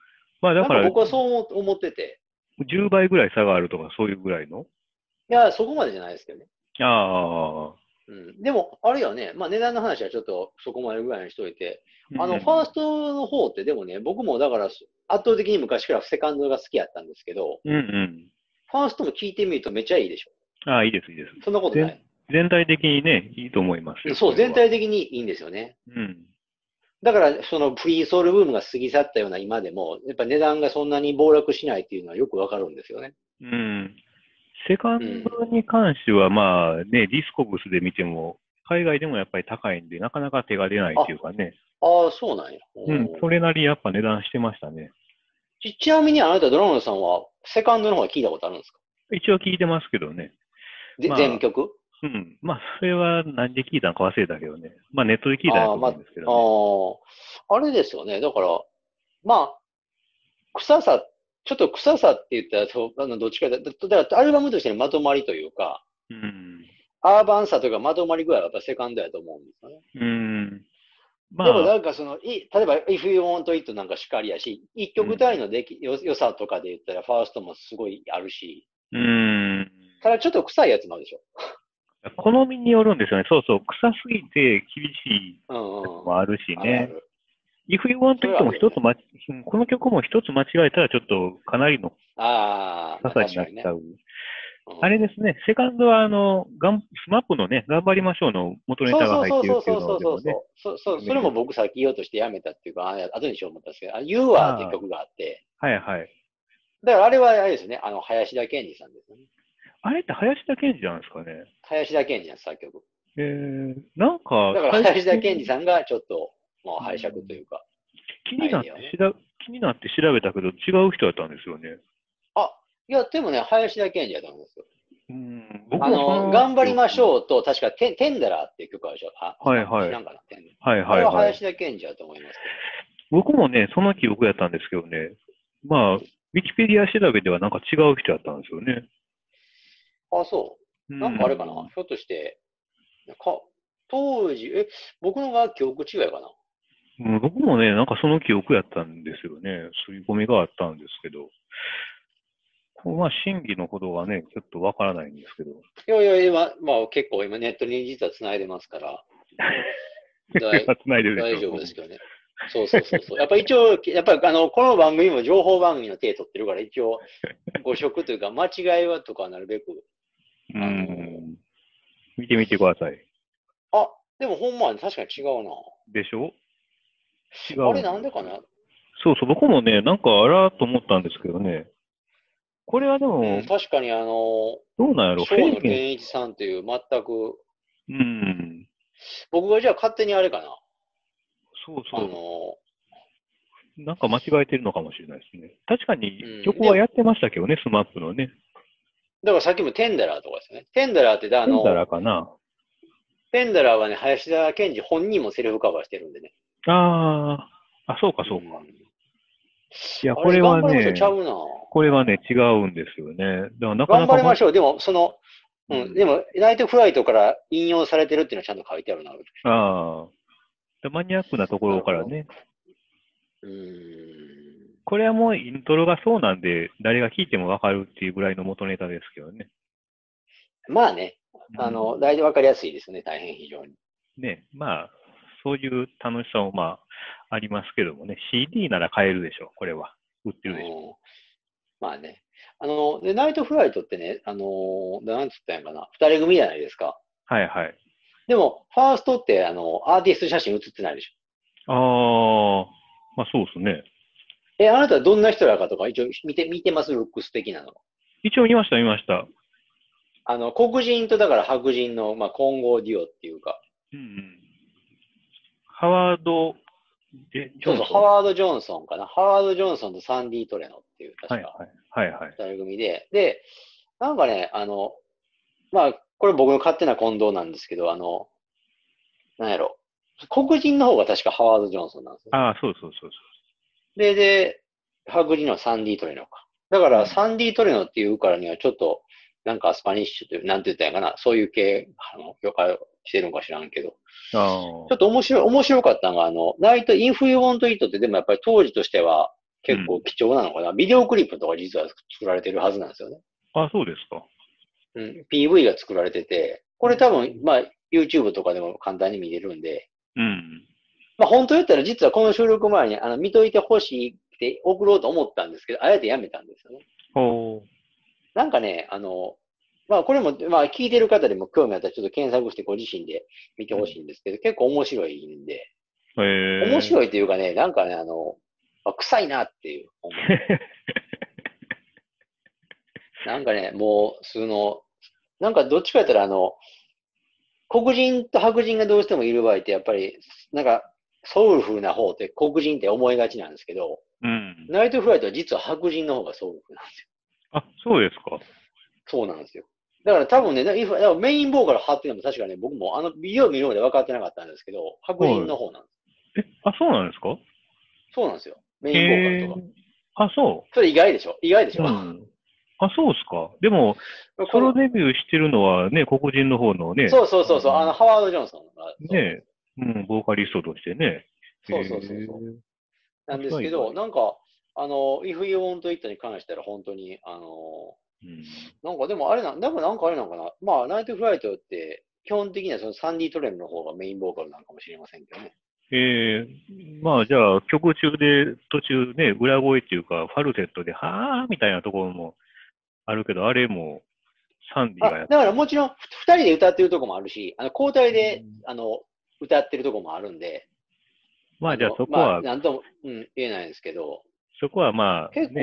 [SPEAKER 1] まあだ
[SPEAKER 2] なん
[SPEAKER 1] か、
[SPEAKER 2] から僕はそう思思ってて。
[SPEAKER 1] 10倍ぐらい差があるとか、そういうぐらいの
[SPEAKER 2] いや、そこまでじゃないですけどね。
[SPEAKER 1] ああ。
[SPEAKER 2] うん。でも、あれよね。まあ、値段の話はちょっとそこまでぐらいにしといて。あ
[SPEAKER 1] う
[SPEAKER 2] の、
[SPEAKER 1] ん
[SPEAKER 2] ファーストの方ってでもね、僕もだから、圧倒的に昔からセカンドが好きやったんですけど、
[SPEAKER 1] うんうん。
[SPEAKER 2] ファーストも聞いてみるとめちゃいいでしょ。
[SPEAKER 1] ああ、いいです、いいです。
[SPEAKER 2] そんなことない。
[SPEAKER 1] 全体的にね、いいと思いますよ。
[SPEAKER 2] そう、
[SPEAKER 1] これは
[SPEAKER 2] 全。体的にいいんですよね。
[SPEAKER 1] うん。
[SPEAKER 2] だから、そのフリーソウルブームが過ぎ去ったような今でも、やっぱ値段がそんなに暴落しないっていうのはよくわかるんですよね。
[SPEAKER 1] うん。セカンドに関しては、まあね、ディスコブスで見ても、海外でもやっぱり高いんで、なかなか手が出ないっていうかね。
[SPEAKER 2] ああ、そうなんや。
[SPEAKER 1] うん。
[SPEAKER 2] おー
[SPEAKER 1] それなりやっぱ値段してましたね。
[SPEAKER 2] ちちなみにあなた、ドラゴンさんは、セカンドの方が聞いたことあるんですか
[SPEAKER 1] 一応聞いてますけどね。
[SPEAKER 2] で、
[SPEAKER 1] まあ
[SPEAKER 2] 全曲
[SPEAKER 1] うん。まあ、それは何で聞いたのか忘れたけどね。まあ、ネットで聞いたんやと思うんですけ
[SPEAKER 2] あ
[SPEAKER 1] ど
[SPEAKER 2] あ、あれですよね。だから、まあ、臭さ、ちょっと臭さって言ったらそう、あのどっちかだと、だからアルバムとしてのまとまりというか、
[SPEAKER 1] ね。うん。
[SPEAKER 2] アーバンさというかまとまり具合はやっぱセカンドやと思うんですよね。
[SPEAKER 1] うん。ま
[SPEAKER 2] でもな
[SPEAKER 1] あ、
[SPEAKER 2] んかその、い例えば If You Want It なんかしかりやし、一曲単位のでき、よ良さとかで言ったらファーストもすごいあるし、
[SPEAKER 1] うん。
[SPEAKER 2] ただちょっと臭いやつもあるでしょ。
[SPEAKER 1] 好みによるんですよね。そうそう。臭すぎて厳しい
[SPEAKER 2] うん
[SPEAKER 1] の
[SPEAKER 2] うん。
[SPEAKER 1] もあるし
[SPEAKER 2] あるあ
[SPEAKER 1] ね。
[SPEAKER 2] る。
[SPEAKER 1] If You Want
[SPEAKER 2] それは
[SPEAKER 1] It
[SPEAKER 2] ある
[SPEAKER 1] も一つ、ま、うんこの曲も一つ間違えたらちょっとかなりの
[SPEAKER 2] ああ、まあ
[SPEAKER 1] 臭さに
[SPEAKER 2] 確
[SPEAKER 1] なっ
[SPEAKER 2] かにね
[SPEAKER 1] ちゃ。う。
[SPEAKER 2] うん
[SPEAKER 1] あれですね、セカンドはあの、ガンスマップのね、頑張りましょうの元ネタが入ってるっていうのでもね。
[SPEAKER 2] そうそうそうそうそうそうそうそれも僕さっき言おうとしてやめたっていうか、あ後にしよう思ったんですけど、あの You Are っていう曲があって、
[SPEAKER 1] はいはい。
[SPEAKER 2] だからあれはあれですね、あの、林田健二さんですよね。
[SPEAKER 1] あれって林田健二なんですかね。
[SPEAKER 2] 林田健二なんです、作曲。
[SPEAKER 1] えー、なん
[SPEAKER 2] だ
[SPEAKER 1] か、
[SPEAKER 2] から
[SPEAKER 1] 最
[SPEAKER 2] 林
[SPEAKER 1] 近
[SPEAKER 2] 田健二さんがちょっと、もう拝借というか、
[SPEAKER 1] 気になって
[SPEAKER 2] ないよね
[SPEAKER 1] しら、気になって調べたけど、違う人だったんですよね。
[SPEAKER 2] いや、でもね、林田健二だと思うんですよ。
[SPEAKER 1] うん、僕
[SPEAKER 2] あの、頑張りましょうと、確かテン、テンダラーっていう曲あるでしょ。あ
[SPEAKER 1] はいはい
[SPEAKER 2] 知らんかな、テン
[SPEAKER 1] う。はい
[SPEAKER 2] ダラー。あ
[SPEAKER 1] はい
[SPEAKER 2] れは
[SPEAKER 1] はい。
[SPEAKER 2] 林田健二だと思います
[SPEAKER 1] 僕もね、その記憶やったんですけどね、まあ、ウィキペディア調べではなんか違う人だったんですよね。
[SPEAKER 2] けど。あ、そう。
[SPEAKER 1] う
[SPEAKER 2] なんかあれかな、ひょっとして、か、当時、え、僕のが記憶違いかな
[SPEAKER 1] うん僕もね、なんかその記憶やったんですよね。吸い込みがあったんですけど。こうまあ、真偽のほどはね、ちょっとわからないんですけど。
[SPEAKER 2] いやいや、今、まあ結構今ネットに実は繋いでます
[SPEAKER 1] <laughs>
[SPEAKER 2] から、だい
[SPEAKER 1] 繋いでるでしょ
[SPEAKER 2] 大丈夫ですけどね。そうそうそうそう。やっぱ一応、やっぱりあの、この番組も情報番組の手取ってるから、一応、誤植というか、間違いはとかなるべく。
[SPEAKER 1] うん。見てみてください。
[SPEAKER 2] あ、でもほんまに確かに違うな。
[SPEAKER 1] でしょ違
[SPEAKER 2] あれなんでかな
[SPEAKER 1] そうそう、僕もね、なんかあらーと思ったんですけどね。これはで
[SPEAKER 2] う
[SPEAKER 1] も
[SPEAKER 2] ん、、確かにあの、
[SPEAKER 1] どうなんやろ、フ
[SPEAKER 2] 昭和
[SPEAKER 1] ェ
[SPEAKER 2] の
[SPEAKER 1] イケン。
[SPEAKER 2] 健一さんっていう、全く、
[SPEAKER 1] うん。
[SPEAKER 2] 僕がじゃあ勝手にあれかな。
[SPEAKER 1] そう
[SPEAKER 2] あ
[SPEAKER 1] そう。
[SPEAKER 2] の、
[SPEAKER 1] なんか間違えてるのかもしれないですね。確か
[SPEAKER 2] う
[SPEAKER 1] に
[SPEAKER 2] ん
[SPEAKER 1] 曲はやってましたけどね、スマップのね。
[SPEAKER 2] だからさっきもテンダラーとかですよね。テンダラーってだ、あ
[SPEAKER 1] あの、
[SPEAKER 2] の、
[SPEAKER 1] らかな。
[SPEAKER 2] テンダラーはね、林田健二本人もセルフカバーしてるんでね。
[SPEAKER 1] あー、あ、そうかそうか。
[SPEAKER 2] ん
[SPEAKER 1] いや、
[SPEAKER 2] あ
[SPEAKER 1] これは
[SPEAKER 2] 頑張りましょ
[SPEAKER 1] ね
[SPEAKER 2] う、ちゃうな。
[SPEAKER 1] これはね、違うんですよね。だからなか
[SPEAKER 2] 頑
[SPEAKER 1] な
[SPEAKER 2] 張
[SPEAKER 1] か
[SPEAKER 2] りましょう。でも、その、う
[SPEAKER 1] うん
[SPEAKER 2] ん、でも、ナイトフライトから引用されてるっていうのはちゃんと書いてあるな。
[SPEAKER 1] ああ。マニアックなところからね。
[SPEAKER 2] うーん。
[SPEAKER 1] これはもうイントロがそうなんで、誰が聴いてもわかるっていうぐらいの元ネタですけどね。
[SPEAKER 2] まあね、あの、大体わかりやすいですよね、大変非常に。
[SPEAKER 1] ね、まあ、そういう楽しさもまあ、ありますけどもね。CD なら買えるでしょう、これは。売ってるでしょ
[SPEAKER 2] うんまあね。あの、で、ナイトフライトってね、あの、なんつったんやかな、二人組じゃないですか。
[SPEAKER 1] う。はいはい。
[SPEAKER 2] でも、ファーストって、あの、アーティスト写真写ってないでし
[SPEAKER 1] あ
[SPEAKER 2] ょ。
[SPEAKER 1] あ、まあそうですね。
[SPEAKER 2] え、あなたはどんな人らかとか、一応見て、見てますルックス的なの。
[SPEAKER 1] 一応見ました、見ました。
[SPEAKER 2] あの、黒人とだから白人の、まあ、混合デュオっていうか、
[SPEAKER 1] うんうん。ハワード、え、ジ
[SPEAKER 2] そ
[SPEAKER 1] ョン
[SPEAKER 2] うそ
[SPEAKER 1] ソ
[SPEAKER 2] う、
[SPEAKER 1] ン
[SPEAKER 2] ハワード・ジョンソンかな。ハワード・ジョンソンとサンディ・トレノっていう、確か。
[SPEAKER 1] はいはい。はいはい。
[SPEAKER 2] 二人組で、で、なんかね、あの、まあ、これ僕の勝手な混同なんですけど、あの、なんやろ、黒人の方が確かハワード・ジョンソンなんですよ。
[SPEAKER 1] ああ、そうそうそう
[SPEAKER 2] で、で、白人のはサンディ・トレノか。だか
[SPEAKER 1] うん
[SPEAKER 2] ら、サンディ・トレノっていうからには、ちょっと、なんかスパニッシュという、なんて言ったんやかな、そういう系、あの、よかしてるのか知らんけど、
[SPEAKER 1] そう。あ
[SPEAKER 2] ちょっと面白い、面白かったのが、あの、ナイト・インフユオント・イートってでもやっぱり当時としては結構貴重なのかな。ビデオクリップとか実は作られてるはずなんですよね。
[SPEAKER 1] あ。ああ、そうですか。
[SPEAKER 2] うん、PV が作られてて、これ多分、まあ、YouTube とかでも簡単に見れるんで、
[SPEAKER 1] うん。
[SPEAKER 2] まあ、本当言ったら実はこの収録前に、あの、見といてほしいって送ろうと思ったんですけど、あえてやめたんですよね。
[SPEAKER 1] ほう。
[SPEAKER 2] なんかね、あの、まあ、これも、まあ、聞いてる方でも興味あったらちょっと検索してご自身で見てほしいんですけど、結構面白いんで、
[SPEAKER 1] ええ
[SPEAKER 2] 面
[SPEAKER 1] い。
[SPEAKER 2] 白いというかね、なんかね、あの、あ臭いなっていう。なんかね、もう、その、なんかどっちかやったら、あの、黒人と白人がどうしてもいる場合って、やっぱり、なんか、ソウルフルな方って黒人って思いがちなんですけど、
[SPEAKER 1] うん。
[SPEAKER 2] ナイトフライトは実は白人の方がソウルフルなんですよ。
[SPEAKER 1] あ、そうですか。そう
[SPEAKER 2] そうなんですよ。だから多分ね、だだからメインボーカル張ってるのも確かね、僕もあのビデオ見るまで分かってなかったんですけど、白人の方なんです。
[SPEAKER 1] え、あ、そうなんですか
[SPEAKER 2] そうなんですよ。メインボーカ
[SPEAKER 1] え
[SPEAKER 2] ルとか。
[SPEAKER 1] えあ、そ
[SPEAKER 2] それ意外でしょ意外でし
[SPEAKER 1] う。
[SPEAKER 2] ょ、
[SPEAKER 1] うん。あ、そうですか。でも、
[SPEAKER 2] こ
[SPEAKER 1] ソロ
[SPEAKER 2] の
[SPEAKER 1] デビューしてるのはね、黒人の方のね、
[SPEAKER 2] そうそうそうそう、あの、ハワード・ジョンソンが。
[SPEAKER 1] ねうん、ボーカリストとしてね。
[SPEAKER 2] そうそうそうそう。
[SPEAKER 1] へえ
[SPEAKER 2] なんですけ
[SPEAKER 1] は
[SPEAKER 2] ど、
[SPEAKER 1] い
[SPEAKER 2] なんか、あの、If You Want It に関しては本当に、あの、
[SPEAKER 1] うん
[SPEAKER 2] なんかでもあれな、でもなんかあれなのかな。まあ、ナイトフライトって、基本的にはそのサンディトレンの方がメインボーカルなのかもしれませんけどね。
[SPEAKER 1] えー、まあじゃあ曲中で途中ね、裏声っていうか、ファルセットで、はーみたいなところもあるけど、あれもサンディ
[SPEAKER 2] あ
[SPEAKER 1] がやっ
[SPEAKER 2] だからもちろん、ふ二人で歌ってるとこもあるし、あの、交代で
[SPEAKER 1] うん、
[SPEAKER 2] あの、歌ってるとこもあるんで。
[SPEAKER 1] まあじゃあ
[SPEAKER 2] の
[SPEAKER 1] そこ
[SPEAKER 2] ま
[SPEAKER 1] は、
[SPEAKER 2] あ、なんとも、うん、言えないですけど、
[SPEAKER 1] そこはまあ、
[SPEAKER 2] 結構、
[SPEAKER 1] ね、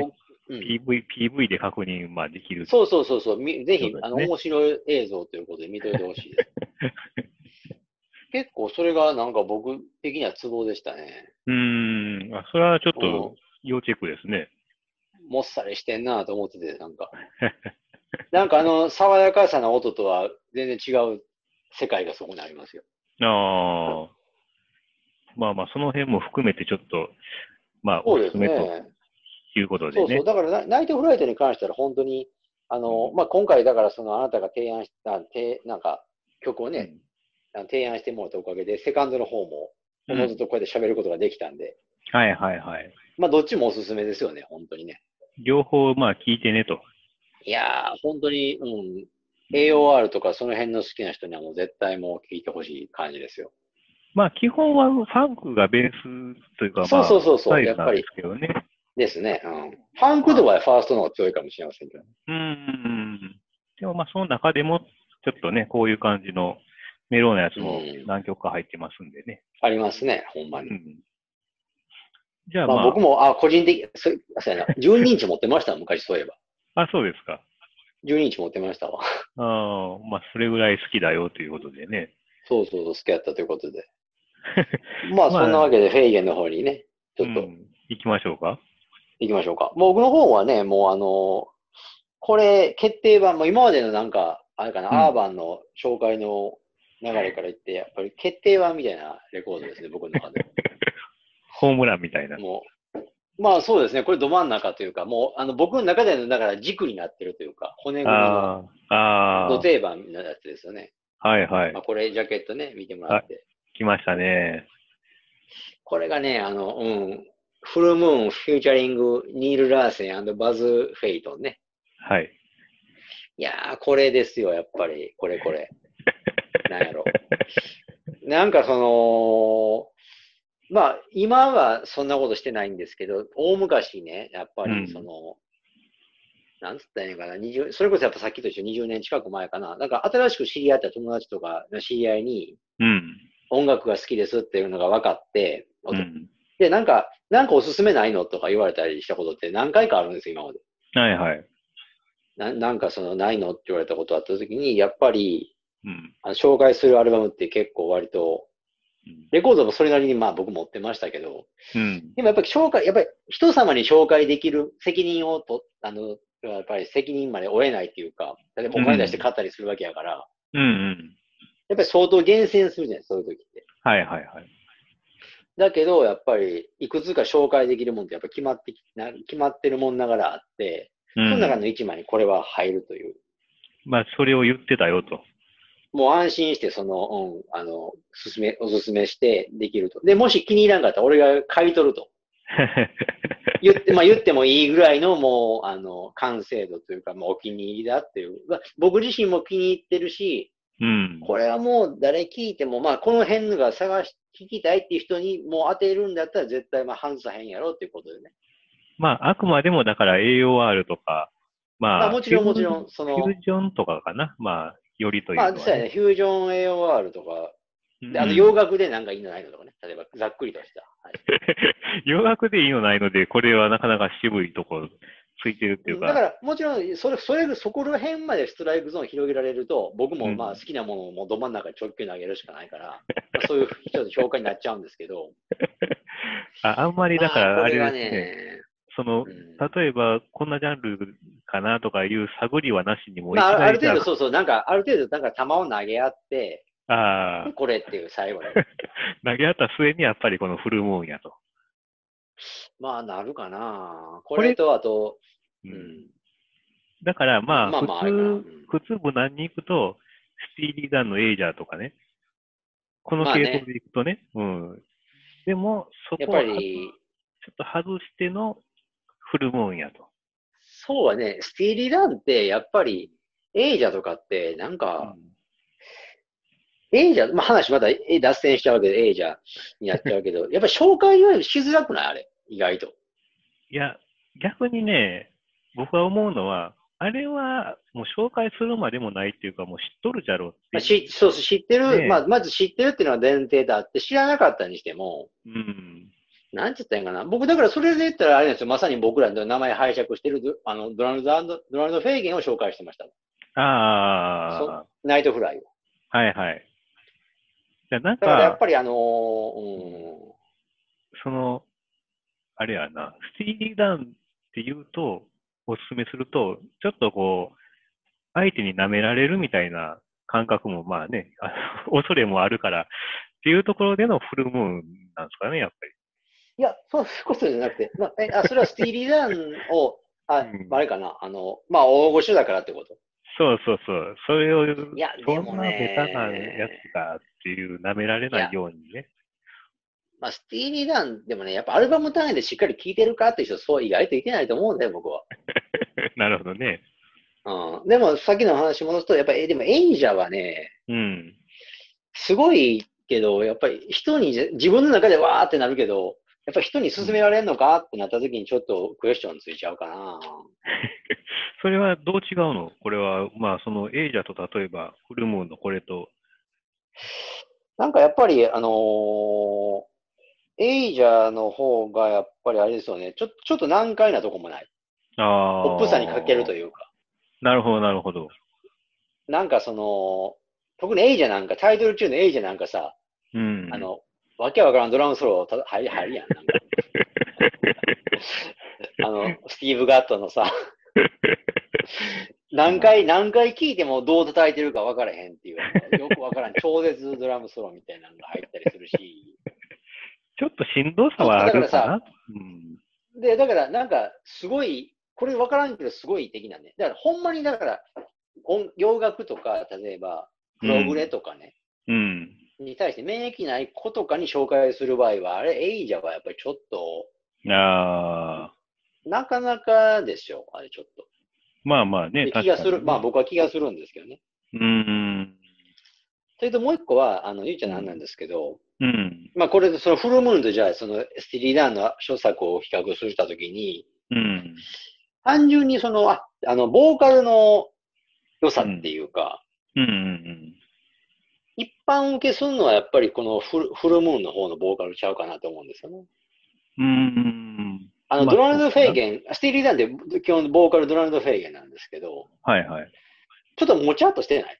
[SPEAKER 2] うん。
[SPEAKER 1] PV, PV で確認まあできる。
[SPEAKER 2] そうそうそうそう、みぜ
[SPEAKER 1] そうで
[SPEAKER 2] ひ、
[SPEAKER 1] すね
[SPEAKER 2] あの、面白い映像ということで見といてほしいです。 <laughs> 結構それがなんか僕的にはツボでしたね。
[SPEAKER 1] うーん、あそれはちょっ
[SPEAKER 2] うん
[SPEAKER 1] と要チェックですね。
[SPEAKER 2] もっさりしてんなと思ってて、なん <laughs> か。なんかあの、爽やかさの音とは全然違う世界がそこにありますよ。
[SPEAKER 1] ああ。まあまあ、その辺も含めてちょっと、まあ、
[SPEAKER 2] そ
[SPEAKER 1] お
[SPEAKER 2] う
[SPEAKER 1] す
[SPEAKER 2] ですす
[SPEAKER 1] すめ
[SPEAKER 2] ね。
[SPEAKER 1] ということで
[SPEAKER 2] そう
[SPEAKER 1] ね
[SPEAKER 2] そう。。だからナ、ナイトフライトに関しては本当に、あの、まあ、今回だからそのあなたが提案した、てなんか曲をね、あの提案してもらったおかげで、セカンドの方も、お
[SPEAKER 1] うん
[SPEAKER 2] のずとこうやって喋ることができたんで、
[SPEAKER 1] はいはいはい。
[SPEAKER 2] まあ、どっちもおすすめですよね、本当にね。
[SPEAKER 1] 両方、まあ、聞いてねと。
[SPEAKER 2] いやー、本当に、うん。AOR とかその辺の好きな人にはもう絶対もう聞いてほしい感じですよ。
[SPEAKER 1] まあ、基本はファンクがベースというか、まあ、
[SPEAKER 2] そうそうそうそう
[SPEAKER 1] スタイ
[SPEAKER 2] や
[SPEAKER 1] ル
[SPEAKER 2] っ
[SPEAKER 1] な
[SPEAKER 2] ぱ
[SPEAKER 1] ん
[SPEAKER 2] り
[SPEAKER 1] ですけどね。
[SPEAKER 2] ですね。うん。ファンク度はファーストの方が強いかもしれませんけど。
[SPEAKER 1] うーん。でも、まあ、その中でも、ちょっとね、こういう感じのメローなやつも
[SPEAKER 2] うん
[SPEAKER 1] 何曲か入ってますんでね。
[SPEAKER 2] ありますね、ほんま
[SPEAKER 1] う
[SPEAKER 2] に。
[SPEAKER 1] ん。じゃあ、
[SPEAKER 2] ま
[SPEAKER 1] ま
[SPEAKER 2] あ
[SPEAKER 1] あ、
[SPEAKER 2] 僕も、あ、個人的、そうそうやな。12インチ持ってました、昔そういえば。
[SPEAKER 1] あ、そうですか。
[SPEAKER 2] 12インチ持ってましたわ。
[SPEAKER 1] あーまあ、それぐらい好きだよということでね。
[SPEAKER 2] そうそうそう、好きやったというこ
[SPEAKER 1] <laughs>
[SPEAKER 2] とで。まあ
[SPEAKER 1] まあ
[SPEAKER 2] そんなわけで、フェイゲンの方にね、ちょっ
[SPEAKER 1] う
[SPEAKER 2] と
[SPEAKER 1] ん行きましょうか。
[SPEAKER 2] 行きましょうか。もう僕の方はね、もうあの、これ、決定版、もう今までのなんか、あれかな、
[SPEAKER 1] うん
[SPEAKER 2] アーバンの紹介の流れから言って、やっぱり決定版みたいなレコードですね、僕の中で。
[SPEAKER 1] <laughs> ホームランみたいな。
[SPEAKER 2] もう、まあそうですね、これど真ん中というか、もうあの僕の中でのだから軸になってるというか、骨組みの
[SPEAKER 1] ああ、あ
[SPEAKER 2] 土定番のやつですよね。
[SPEAKER 1] あ、はいはい
[SPEAKER 2] まあ、。これ、ジャケットね、見てもらって。
[SPEAKER 1] 来ましたね。
[SPEAKER 2] これがね、あの、うん、フルムーン、フューチャリング、ニール・ラーセンバズ・フェイトンね。
[SPEAKER 1] はい。
[SPEAKER 2] いやー、これですよ、やっぱり。これこ
[SPEAKER 1] <laughs>
[SPEAKER 2] れ。なんやろ。なんかその、まあ、今はそんなことしてないんですけど、大昔ね、やっぱ
[SPEAKER 1] うん
[SPEAKER 2] りその、なんつったらいいのかな、20それこそやっぱさっきと一緒20年近く前かな、なんか新しく知り合った友達とかの知り合いに、
[SPEAKER 1] うん。
[SPEAKER 2] 音楽が好きですっていうのが分かって、
[SPEAKER 1] うん。
[SPEAKER 2] で、なんか、なんかおすすめないのとか言われたりしたことって何回かあるんですよ、今まで。
[SPEAKER 1] はいはい。
[SPEAKER 2] ななんかその、ないのって言われたことあった時に、やっぱり、
[SPEAKER 1] うん、
[SPEAKER 2] あの紹介するアルバムって結構割と、レコードもそれなりにまあ僕持ってましたけど、
[SPEAKER 1] うん、
[SPEAKER 2] でもやっぱり紹介、やっぱり人様に紹介できる責任をと、あの、やっぱり責任まで負えないっていうか、例えばお金出して買ったりするわけやから、
[SPEAKER 1] うんうん、
[SPEAKER 2] やっぱり相当厳選するじゃないそういう時って。
[SPEAKER 1] はいはいはい。
[SPEAKER 2] だけど、やっぱり、いくつか紹介できるもんってやっぱ決まってな、決まってるもんながらあって、その中の一枚にこれは入るという。
[SPEAKER 1] うん、まあ、それを言ってたよと。 <laughs>
[SPEAKER 2] もう安心して、その、うん、あの、すめ、おすすめしてできると。で、もし気に入らんかったら俺が買い取ると。言って、まあ言ってもいいぐらいのもう、あの、完成度というか、もうお気に入りだっていう。まあ、僕自身も気に入ってるし、
[SPEAKER 1] うん、
[SPEAKER 2] これはもう誰聞いても、まあこの辺のが探し、聞きたいっていう人にもう当てるんだったら絶対まあ外さへんやろっていうことでね。
[SPEAKER 1] まああくまでもだから AOR とか、まあ、まあ、
[SPEAKER 2] もちろんもちろん、その。
[SPEAKER 1] フュージョンとかかな。まあよりという、
[SPEAKER 2] か、ね、まあ、そうやね。フュージョン AOR とか、あと洋楽でなんかいいのないのとかね。例えば、ざっくりとした。はい
[SPEAKER 1] 洋楽でいいのないので、これはなかなか渋いところついてるっていうか。
[SPEAKER 2] だから、もちろん、それ、それ、そこら辺までストライクゾーン広げられると、僕もまあ好きなものをもうど真ん中に直球投げるしかないから、まあそういうちょっと評価になっちゃうんですけど。
[SPEAKER 1] ああんまりだから、あれですね。
[SPEAKER 2] ね
[SPEAKER 1] その、うん、例えば、こんなジャンルかなとかいう探りはなしにも
[SPEAKER 2] いきなり、まあ、ある程度、そうそう、なんか、ある程度、なんか球を投げ合って、
[SPEAKER 1] あ
[SPEAKER 2] これっていう最後
[SPEAKER 1] <laughs> 投げ合った末にやっぱりこのフルムーンやと。
[SPEAKER 2] まあ、なるかな。これと、あと、うん、
[SPEAKER 1] だから、まあ、まあまあ、普通、普通無難に行くと、スピーディーダンのエイジャーとかね。この系統で行くとね。ねうん。でも、そこは、ちょっと外してのフルムーンやと。
[SPEAKER 2] そうはね、スティーリーダンって、やっぱり、エイジャーとかって、なんか、うん、エイジャー、まあ話まだ脱線しちゃうけど、エイジャーになっちゃうけ <laughs> ど、やっぱり紹介しづらくないあれ、意外と。
[SPEAKER 1] いや、逆にね、僕は思うのは、あれはもう紹介するまでもないっていうか、もう知っとるじゃろう
[SPEAKER 2] まあ、しそうそう、知ってる、ね、まあ、まず知ってるっていうのは前提であって、知らなかったにしても、
[SPEAKER 1] うん、
[SPEAKER 2] なんて言ったんかな。僕、だからそれで言ったらあれなんですよ、まさに僕らの名前拝借してるドあのドラルド、ドラルド・フェイゲンを紹介してました。
[SPEAKER 1] あ
[SPEAKER 2] あ。ナイトフライを。
[SPEAKER 1] はいはい。
[SPEAKER 2] だなんか、だからやっぱりあのー、うん、
[SPEAKER 1] その、あれやな、スティーリーダウンっていうと、お勧めすると、ちょっとこう、相手に舐められるみたいな感覚も、まあね、 <laughs> あの恐れもあるから、っていうところでのフルムーンなんですかね、やっぱり。
[SPEAKER 2] いや、そういうことじゃなくて、まあ、えあそれはスティーリーダンを、あ、うん、あれかな、あの、まあ、大御所だからってこと。
[SPEAKER 1] そうそうそう。それを、
[SPEAKER 2] いや、
[SPEAKER 1] そんなベタなやつかっていう、舐められないようにね。 <laughs>
[SPEAKER 2] まあ、スティーリーダンでもね、やっぱアルバム単位でしっかり聴いてるかっていう人、そう意外といけないと思うんだよ、僕は。
[SPEAKER 1] なるほどね。
[SPEAKER 2] うん。でも、さっきの話戻すと、やっぱり、でも、エイジャーはね、
[SPEAKER 1] うん。
[SPEAKER 2] すごいけど、やっぱり人に、自分の中でわーってなるけど、やっぱ人に勧められるのかってなった時にちょっとクエスチョンついちゃうかな。
[SPEAKER 1] それはどう違うのこれは、まあ、そのエイジャーと例えば、フルムーンのこれと。
[SPEAKER 2] なんかやっぱり、あのーエイジャーの方がやっぱりあれですよね、ちょちょっと難解なとこもない。
[SPEAKER 1] あ
[SPEAKER 2] ポップさに欠けるというか。
[SPEAKER 1] なるほど、なるほど。
[SPEAKER 2] なんかその、特にエイジャーなんか、タイトル中のエイジャーなんかさ、
[SPEAKER 1] うん、
[SPEAKER 2] あの、わけわからんドラムソロた入り入りやん。な
[SPEAKER 1] <laughs>
[SPEAKER 2] んかあの、スティーブ・ガット
[SPEAKER 1] <laughs>
[SPEAKER 2] のさ、何回、何回聴いてもどう叩いてるか分からへんっていう、よく分からん超絶ドラムソロみたいなのが入ったりするし、
[SPEAKER 1] ちょっとしんどさはあるかな。
[SPEAKER 2] うん、で、だから、なんか、すごい、これ分からんけど、すごい的なんで、だから、ほんまに、だから音、洋楽とか、例えば、プログレとかね、
[SPEAKER 1] うん、
[SPEAKER 2] に対して、免疫ない子とかに紹介する場合は、あれ、エイジャーはやっぱりちょっと、
[SPEAKER 1] あ
[SPEAKER 2] なかなかですよ、あれ、ちょっと。
[SPEAKER 1] まあまあね、
[SPEAKER 2] 気がする、まあ僕は気がするんですけどね。
[SPEAKER 1] うん。
[SPEAKER 2] それともう一個は、あの、ゆうちゃんなんなんですけど、
[SPEAKER 1] うん、
[SPEAKER 2] まあこれでそのフルムーンとじゃあそのスティリーダーンの著作を比較するしたときに、
[SPEAKER 1] うん、
[SPEAKER 2] 単純にそのああのボーカルの良さっていうか、
[SPEAKER 1] うんうんうんうん、
[SPEAKER 2] 一般受けするのはやっぱりこのフルフルムーンの方のボーカルちゃうかなと思うんですよね。
[SPEAKER 1] うーん。
[SPEAKER 2] あの、
[SPEAKER 1] まあ
[SPEAKER 2] ドナルド・フェ
[SPEAKER 1] そ
[SPEAKER 2] ー
[SPEAKER 1] うで
[SPEAKER 2] ゲン、スティーリーダンって基本ボーカルドナルド・フェーゲンなんですけど、
[SPEAKER 1] はいはい。
[SPEAKER 2] ちょっともちゃっとしてない。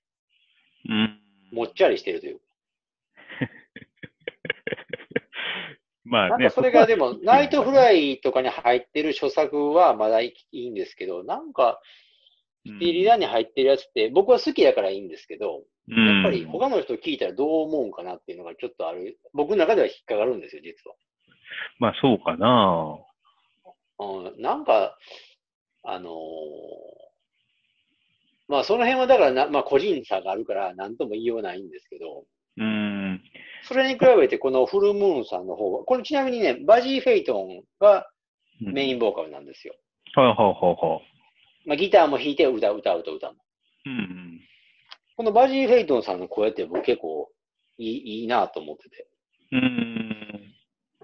[SPEAKER 1] うん。
[SPEAKER 2] もっちゃりしてるというか。
[SPEAKER 1] まあね。
[SPEAKER 2] なんかそれがで
[SPEAKER 1] も、
[SPEAKER 2] も、ナイトフライとかに入ってる著作はまだいいいんですけど、なんか、スティーリーダンに入ってるやつって、僕は好きだからいいんですけど、やっぱり
[SPEAKER 1] うん
[SPEAKER 2] 他の人聞いたらどう思うんかなっていうのがちょっとある、僕の中では引っかかるんですよ、実は。
[SPEAKER 1] まあそうかな。
[SPEAKER 2] うん、なんか、あのーまあその辺はだからな、まあ個人差があるから何とも言いようないんですけど、
[SPEAKER 1] うん。
[SPEAKER 2] それに比べてこのフルムーンさんの方は、これちなみにね、バジー・フェイトンがメ
[SPEAKER 1] ン。
[SPEAKER 2] インボーカルなんですよ。
[SPEAKER 1] はいはいはいはい。
[SPEAKER 2] まあギターも弾いて歌う、歌うと歌う。
[SPEAKER 1] うん。
[SPEAKER 2] このバジー・フェイトンさんの声って僕結構いいいいなと思ってて、
[SPEAKER 1] うん。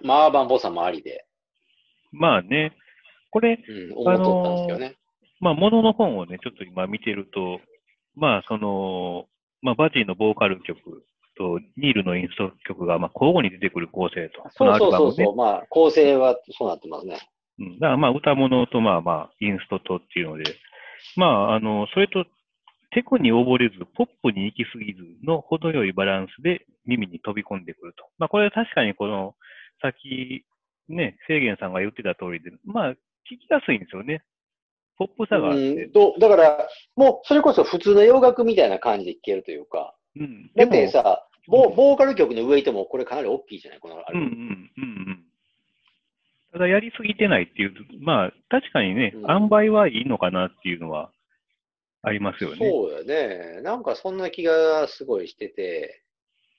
[SPEAKER 2] まあアーバン・ボーさんもありで、
[SPEAKER 1] まあね。これ、
[SPEAKER 2] うん、思っとったんですけどね。
[SPEAKER 1] まあ、ものの本をね、ちょっと今見てると、まあ、その、まあ、バジーのボーカル曲と、ニールのインスト曲が、まあ、交互に出てくる構成と。
[SPEAKER 2] そうそうそう
[SPEAKER 1] このアルバ
[SPEAKER 2] そう、まあ構成はそうなってますね。
[SPEAKER 1] ムね。うん、だから、まあ、歌物と、まあまあ、インストとっていうので、まあ、あの、それと、テクに溺れず、ポップに行き過ぎずの程よいバランスで耳に飛び込んでくると。まあ、これは確かにこの、さっき、ね、制限さんが言ってた通りで、まあ、聞きやすいんですよね。ポップさがあっ
[SPEAKER 2] うん
[SPEAKER 1] て。
[SPEAKER 2] と、だから、もうそれこそ普通の洋楽みたいな感じで聴けるというか、
[SPEAKER 1] うん。
[SPEAKER 2] だ
[SPEAKER 1] で
[SPEAKER 2] っ
[SPEAKER 1] も
[SPEAKER 2] てさ、ボボーカル曲のウェイトもこれかなり大きいじゃないこのアル
[SPEAKER 1] うん
[SPEAKER 2] バ
[SPEAKER 1] う
[SPEAKER 2] ム
[SPEAKER 1] んうんうん。ただやりすぎてないっていう、まあ確かにね、
[SPEAKER 2] うん
[SPEAKER 1] 塩梅はいいのかなっていうのはありますよね。
[SPEAKER 2] そうよね。なんかそんな気がすごいしてて、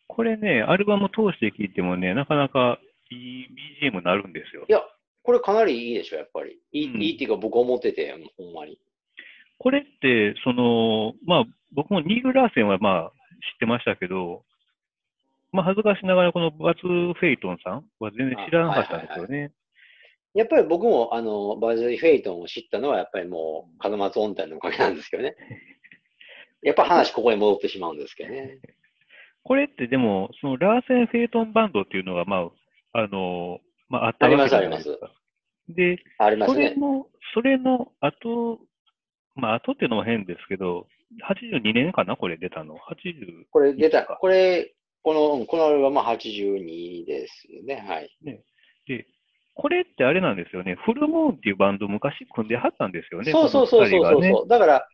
[SPEAKER 1] これね、アルバム通して聴いてもね、なかなかいい BGM になるんですよ
[SPEAKER 2] い。や、これかなりいいでしょ、やっぱり。いい,、
[SPEAKER 1] うん
[SPEAKER 2] いいっていうか僕思ってて、ほんまに。
[SPEAKER 1] これって、その、まあ僕もニール・ラーセンはまあ知ってましたけど、まあ恥ずかしながらこのバツ・フェイトンさんは全然知らなかったんですよね。
[SPEAKER 2] やっぱり僕も、あの、バージョン・フェイトンを知ったのは、やっぱりもう、門松音体のおかげなんですけ
[SPEAKER 1] <laughs>
[SPEAKER 2] どね。やっぱ話ここに戻ってしまうんですけどね。
[SPEAKER 1] これってでも、そのラーセン・フェイトンバンドっていうのが、まあ、あの、まあ、あったわけじゃないですか。で、
[SPEAKER 2] ありま
[SPEAKER 1] そ
[SPEAKER 2] す
[SPEAKER 1] れ
[SPEAKER 2] ね。
[SPEAKER 1] の、それの後、まあ、後っていうのも変ですけど、82年かな、これ出たの。80、
[SPEAKER 2] これ出た、
[SPEAKER 1] いつか
[SPEAKER 2] これ、この、このアルバムは82ですよね。はい。
[SPEAKER 1] これってあれなんですよね。フルモーンっていうバンド昔組んではったんですよね。
[SPEAKER 2] そうそうそうそう
[SPEAKER 1] こ
[SPEAKER 2] そ
[SPEAKER 1] の二
[SPEAKER 2] う、
[SPEAKER 1] 人がね
[SPEAKER 2] そうだから、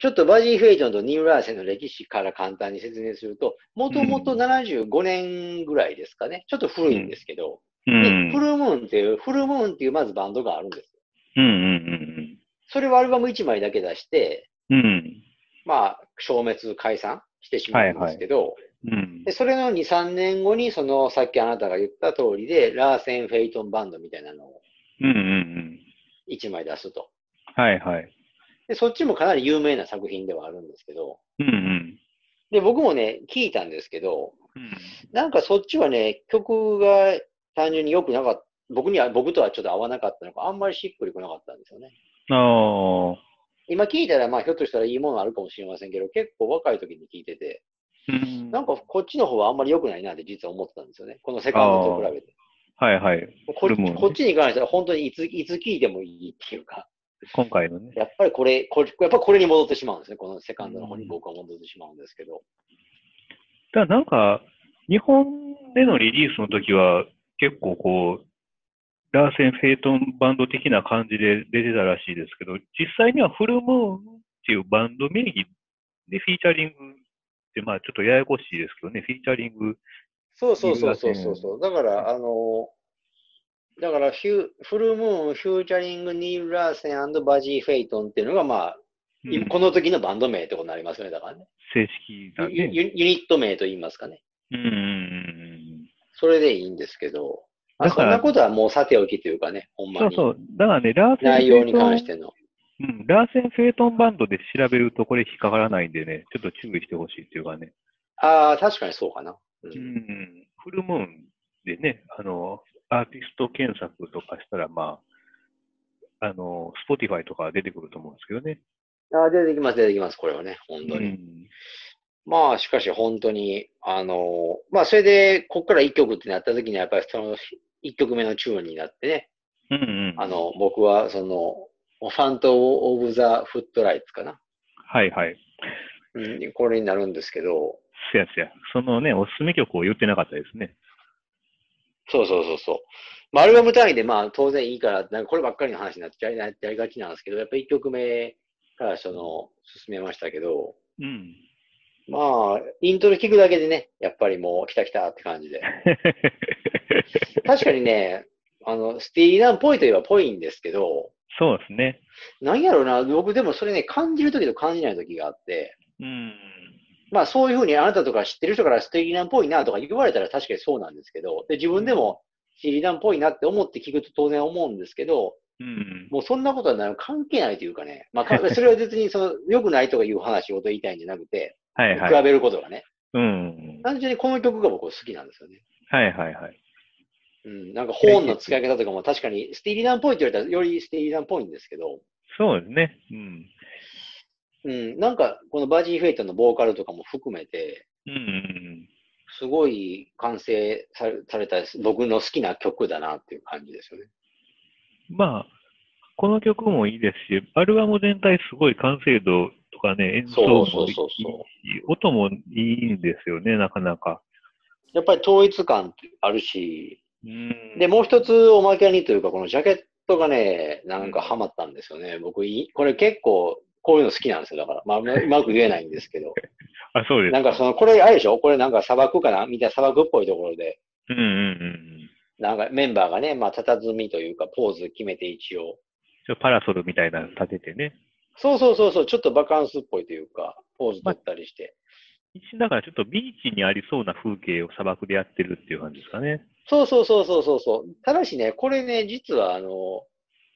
[SPEAKER 2] ちょっとバージー・フェイトンとニューラーセンの歴史から簡単に説明すると、もともと
[SPEAKER 1] うん
[SPEAKER 2] 75年ぐらいですかね。ちょっと古いんですけど、でフルムーンっていう、フルムーンっていうまずバンドがあるんです。
[SPEAKER 1] うんうん
[SPEAKER 2] それはアルバム1枚だけ出して、
[SPEAKER 1] うんうん。うん。
[SPEAKER 2] まあ、消滅、解散してしまうんですけど、
[SPEAKER 1] うん
[SPEAKER 2] で、それの2、3年後に、その、さっきあなたが言った通りで、ラーセン・フェイトンバンドみたいなのを
[SPEAKER 1] うんうんうん。
[SPEAKER 2] 1枚出すと。
[SPEAKER 1] はいはい。
[SPEAKER 2] で、そっちもかなり有名な作品ではあるんですけど、
[SPEAKER 1] うんうん。
[SPEAKER 2] で、僕もね、聞いたんですけど、
[SPEAKER 1] うん
[SPEAKER 2] なんかそっちはね、曲が単純に良くなかった。僕には、僕とはちょっと合わなかったのか、あんまりしっくりこなかったんですよね。
[SPEAKER 1] ああ。
[SPEAKER 2] 今聞いたら、まあ、ひょっとしたらいいものあるかもしれませんけど、結構若い時に聞いてて、
[SPEAKER 1] うん
[SPEAKER 2] なんかこっちの方はあんまり良くないなって実は思ってたんですよね。このセカンドと比べて。
[SPEAKER 1] はいはい。
[SPEAKER 2] こ
[SPEAKER 1] これもね
[SPEAKER 2] こっちに関しては本当にいつ、いつ聞いてもいいっていうか、
[SPEAKER 1] 今回のね。
[SPEAKER 2] やっぱりこれ、これやっぱこれに戻ってしまうんですね。このセカンドの方に僕は戻ってしまうんですけど。
[SPEAKER 1] だからなんか、日本でのリリースの時は、結構こう、ラーセン・フェイトンバンド的な感じで出てたらしいですけど、実際にはフルムーンっていうバンド名義でフィーチャリングって、まあちょっとややこしいですけどね、フィーチャリング。
[SPEAKER 2] そうそうそうそうそうそう。だから、あの、だからフュ、フルムーン、フューチャリング、ニール・ラーセンバジー・フェイトンっていうのが、まあ、
[SPEAKER 1] うん
[SPEAKER 2] 今この時のバンド名ってことになりますよね。だからね。
[SPEAKER 1] 正式なん
[SPEAKER 2] ユ
[SPEAKER 1] で。
[SPEAKER 2] ユユニット名と言いますかね。
[SPEAKER 1] うんうんうんうん。
[SPEAKER 2] それでいいんですけど、まあ、
[SPEAKER 1] だ
[SPEAKER 2] そ
[SPEAKER 1] か
[SPEAKER 2] ん
[SPEAKER 1] ら
[SPEAKER 2] なことはもうさておきというかね、ほん
[SPEAKER 1] そ
[SPEAKER 2] ま
[SPEAKER 1] う
[SPEAKER 2] に。
[SPEAKER 1] そう。だからね、ラーセン・
[SPEAKER 2] 内
[SPEAKER 1] フ
[SPEAKER 2] 容
[SPEAKER 1] ェイ
[SPEAKER 2] に
[SPEAKER 1] ト
[SPEAKER 2] 関し
[SPEAKER 1] ン、
[SPEAKER 2] ての。
[SPEAKER 1] うん、ラーセン・フェイトンバンドで調べるとこれ引っかからないんでね、ちょっと注意してほしいっていうかね。
[SPEAKER 2] ああ、確かにそうかな。
[SPEAKER 1] う
[SPEAKER 2] う
[SPEAKER 1] んん、フルムーンでね、あの、アーティスト検索とかしたら、まあ、あの、Spotify とか出てくると思うんですけどね。
[SPEAKER 2] ああ、出てきます、出てきます、これはね、本当に。
[SPEAKER 1] うん
[SPEAKER 2] まあ、しかし本当に、あの、まあ、それで、こっから一曲ってなった時には、やっぱりその一曲目のチューンになってね、
[SPEAKER 1] うんうん。
[SPEAKER 2] あの、僕はその、ファント・オブ・ザ・フットライツかな。
[SPEAKER 1] はいはい。
[SPEAKER 2] うん、これになるんですけど、
[SPEAKER 1] せやせや。そのね、おすすめ曲を言ってなかったですね。
[SPEAKER 2] そうそうそうそう。まあ、アルバム単位で、まあ、当然いいから、なんかこればっかりの話になっちゃいなっちゃいがちなんですけど、やっぱり一曲目からその、進めましたけど、
[SPEAKER 1] うん。
[SPEAKER 2] まあ、イントロ聞くだけでね、やっぱりもう、来た来たって感じ
[SPEAKER 1] <laughs>
[SPEAKER 2] で。確かにね、あの、スティーナンっぽいといえばぽいんですけど、
[SPEAKER 1] そうですね。
[SPEAKER 2] なんやろうな、僕でもそれね、感じるときと感じないときがあって、
[SPEAKER 1] うん。
[SPEAKER 2] まあそういうふうにあなたとか知ってる人からスティーナンっぽいなとか言われたら確かにそうなんですけど、で、自分でもスティーナンっぽいなって思って聞くと当然思うんですけど、
[SPEAKER 1] うん。
[SPEAKER 2] もうそんなことはな関係ないというかね、まあか
[SPEAKER 1] <laughs>
[SPEAKER 2] それは別にその良くないとかいう話を言いたいんじゃなくて、
[SPEAKER 1] はい
[SPEAKER 2] 比
[SPEAKER 1] はい。
[SPEAKER 2] べることがね、
[SPEAKER 1] うん。
[SPEAKER 2] 単純にこの曲が僕好きなんですよね。
[SPEAKER 1] はいはいはい。
[SPEAKER 2] うん、なんかホーンの使い方とかも確かにスティーリーダンっぽいって言われたらよりスティーリーダンっぽいんですけど、
[SPEAKER 1] そうですね。うん。
[SPEAKER 2] うん、なんかこのバージンフェイトのボーカルとかも含めて、
[SPEAKER 1] うんうん
[SPEAKER 2] すごい完成されされた僕の好きな曲だなっていう感じですよね。
[SPEAKER 1] うん。まあ、この曲もいいですし、アルバム全体すごい完成度とかね、演奏
[SPEAKER 2] そうそ
[SPEAKER 1] も
[SPEAKER 2] う
[SPEAKER 1] いい
[SPEAKER 2] そう
[SPEAKER 1] し
[SPEAKER 2] そ、
[SPEAKER 1] 音もいいんですよね、なかなか。
[SPEAKER 2] う。やっぱり統一感あるし、
[SPEAKER 1] うん
[SPEAKER 2] で、もう一つおまけにというか、このジャケットがね、なんかハマったんですよね。僕い、これ結構こういうの好きなんですよ。だから、まあ、うまうまく言えないんですけど。
[SPEAKER 1] あ、そうです
[SPEAKER 2] なん。かその、これあれでしょこれなんか砂漠かなみたいな砂漠っぽいところで。
[SPEAKER 1] うんうんうん。
[SPEAKER 2] なんかメンバーがね、まあ、佇みというか、ポーズ決めて一応。
[SPEAKER 1] ちょパラソルみたいなの立ててね。
[SPEAKER 2] そうそうそうそう、ちょっとバカンスっぽいというか、ポーズ取ったりして。
[SPEAKER 1] 一瞬だからちょっとビーチにありそうな風景を砂漠でやってるっていう感じですかね。
[SPEAKER 2] そうそうそうそうそうそう。ただしね、これね、実はあの、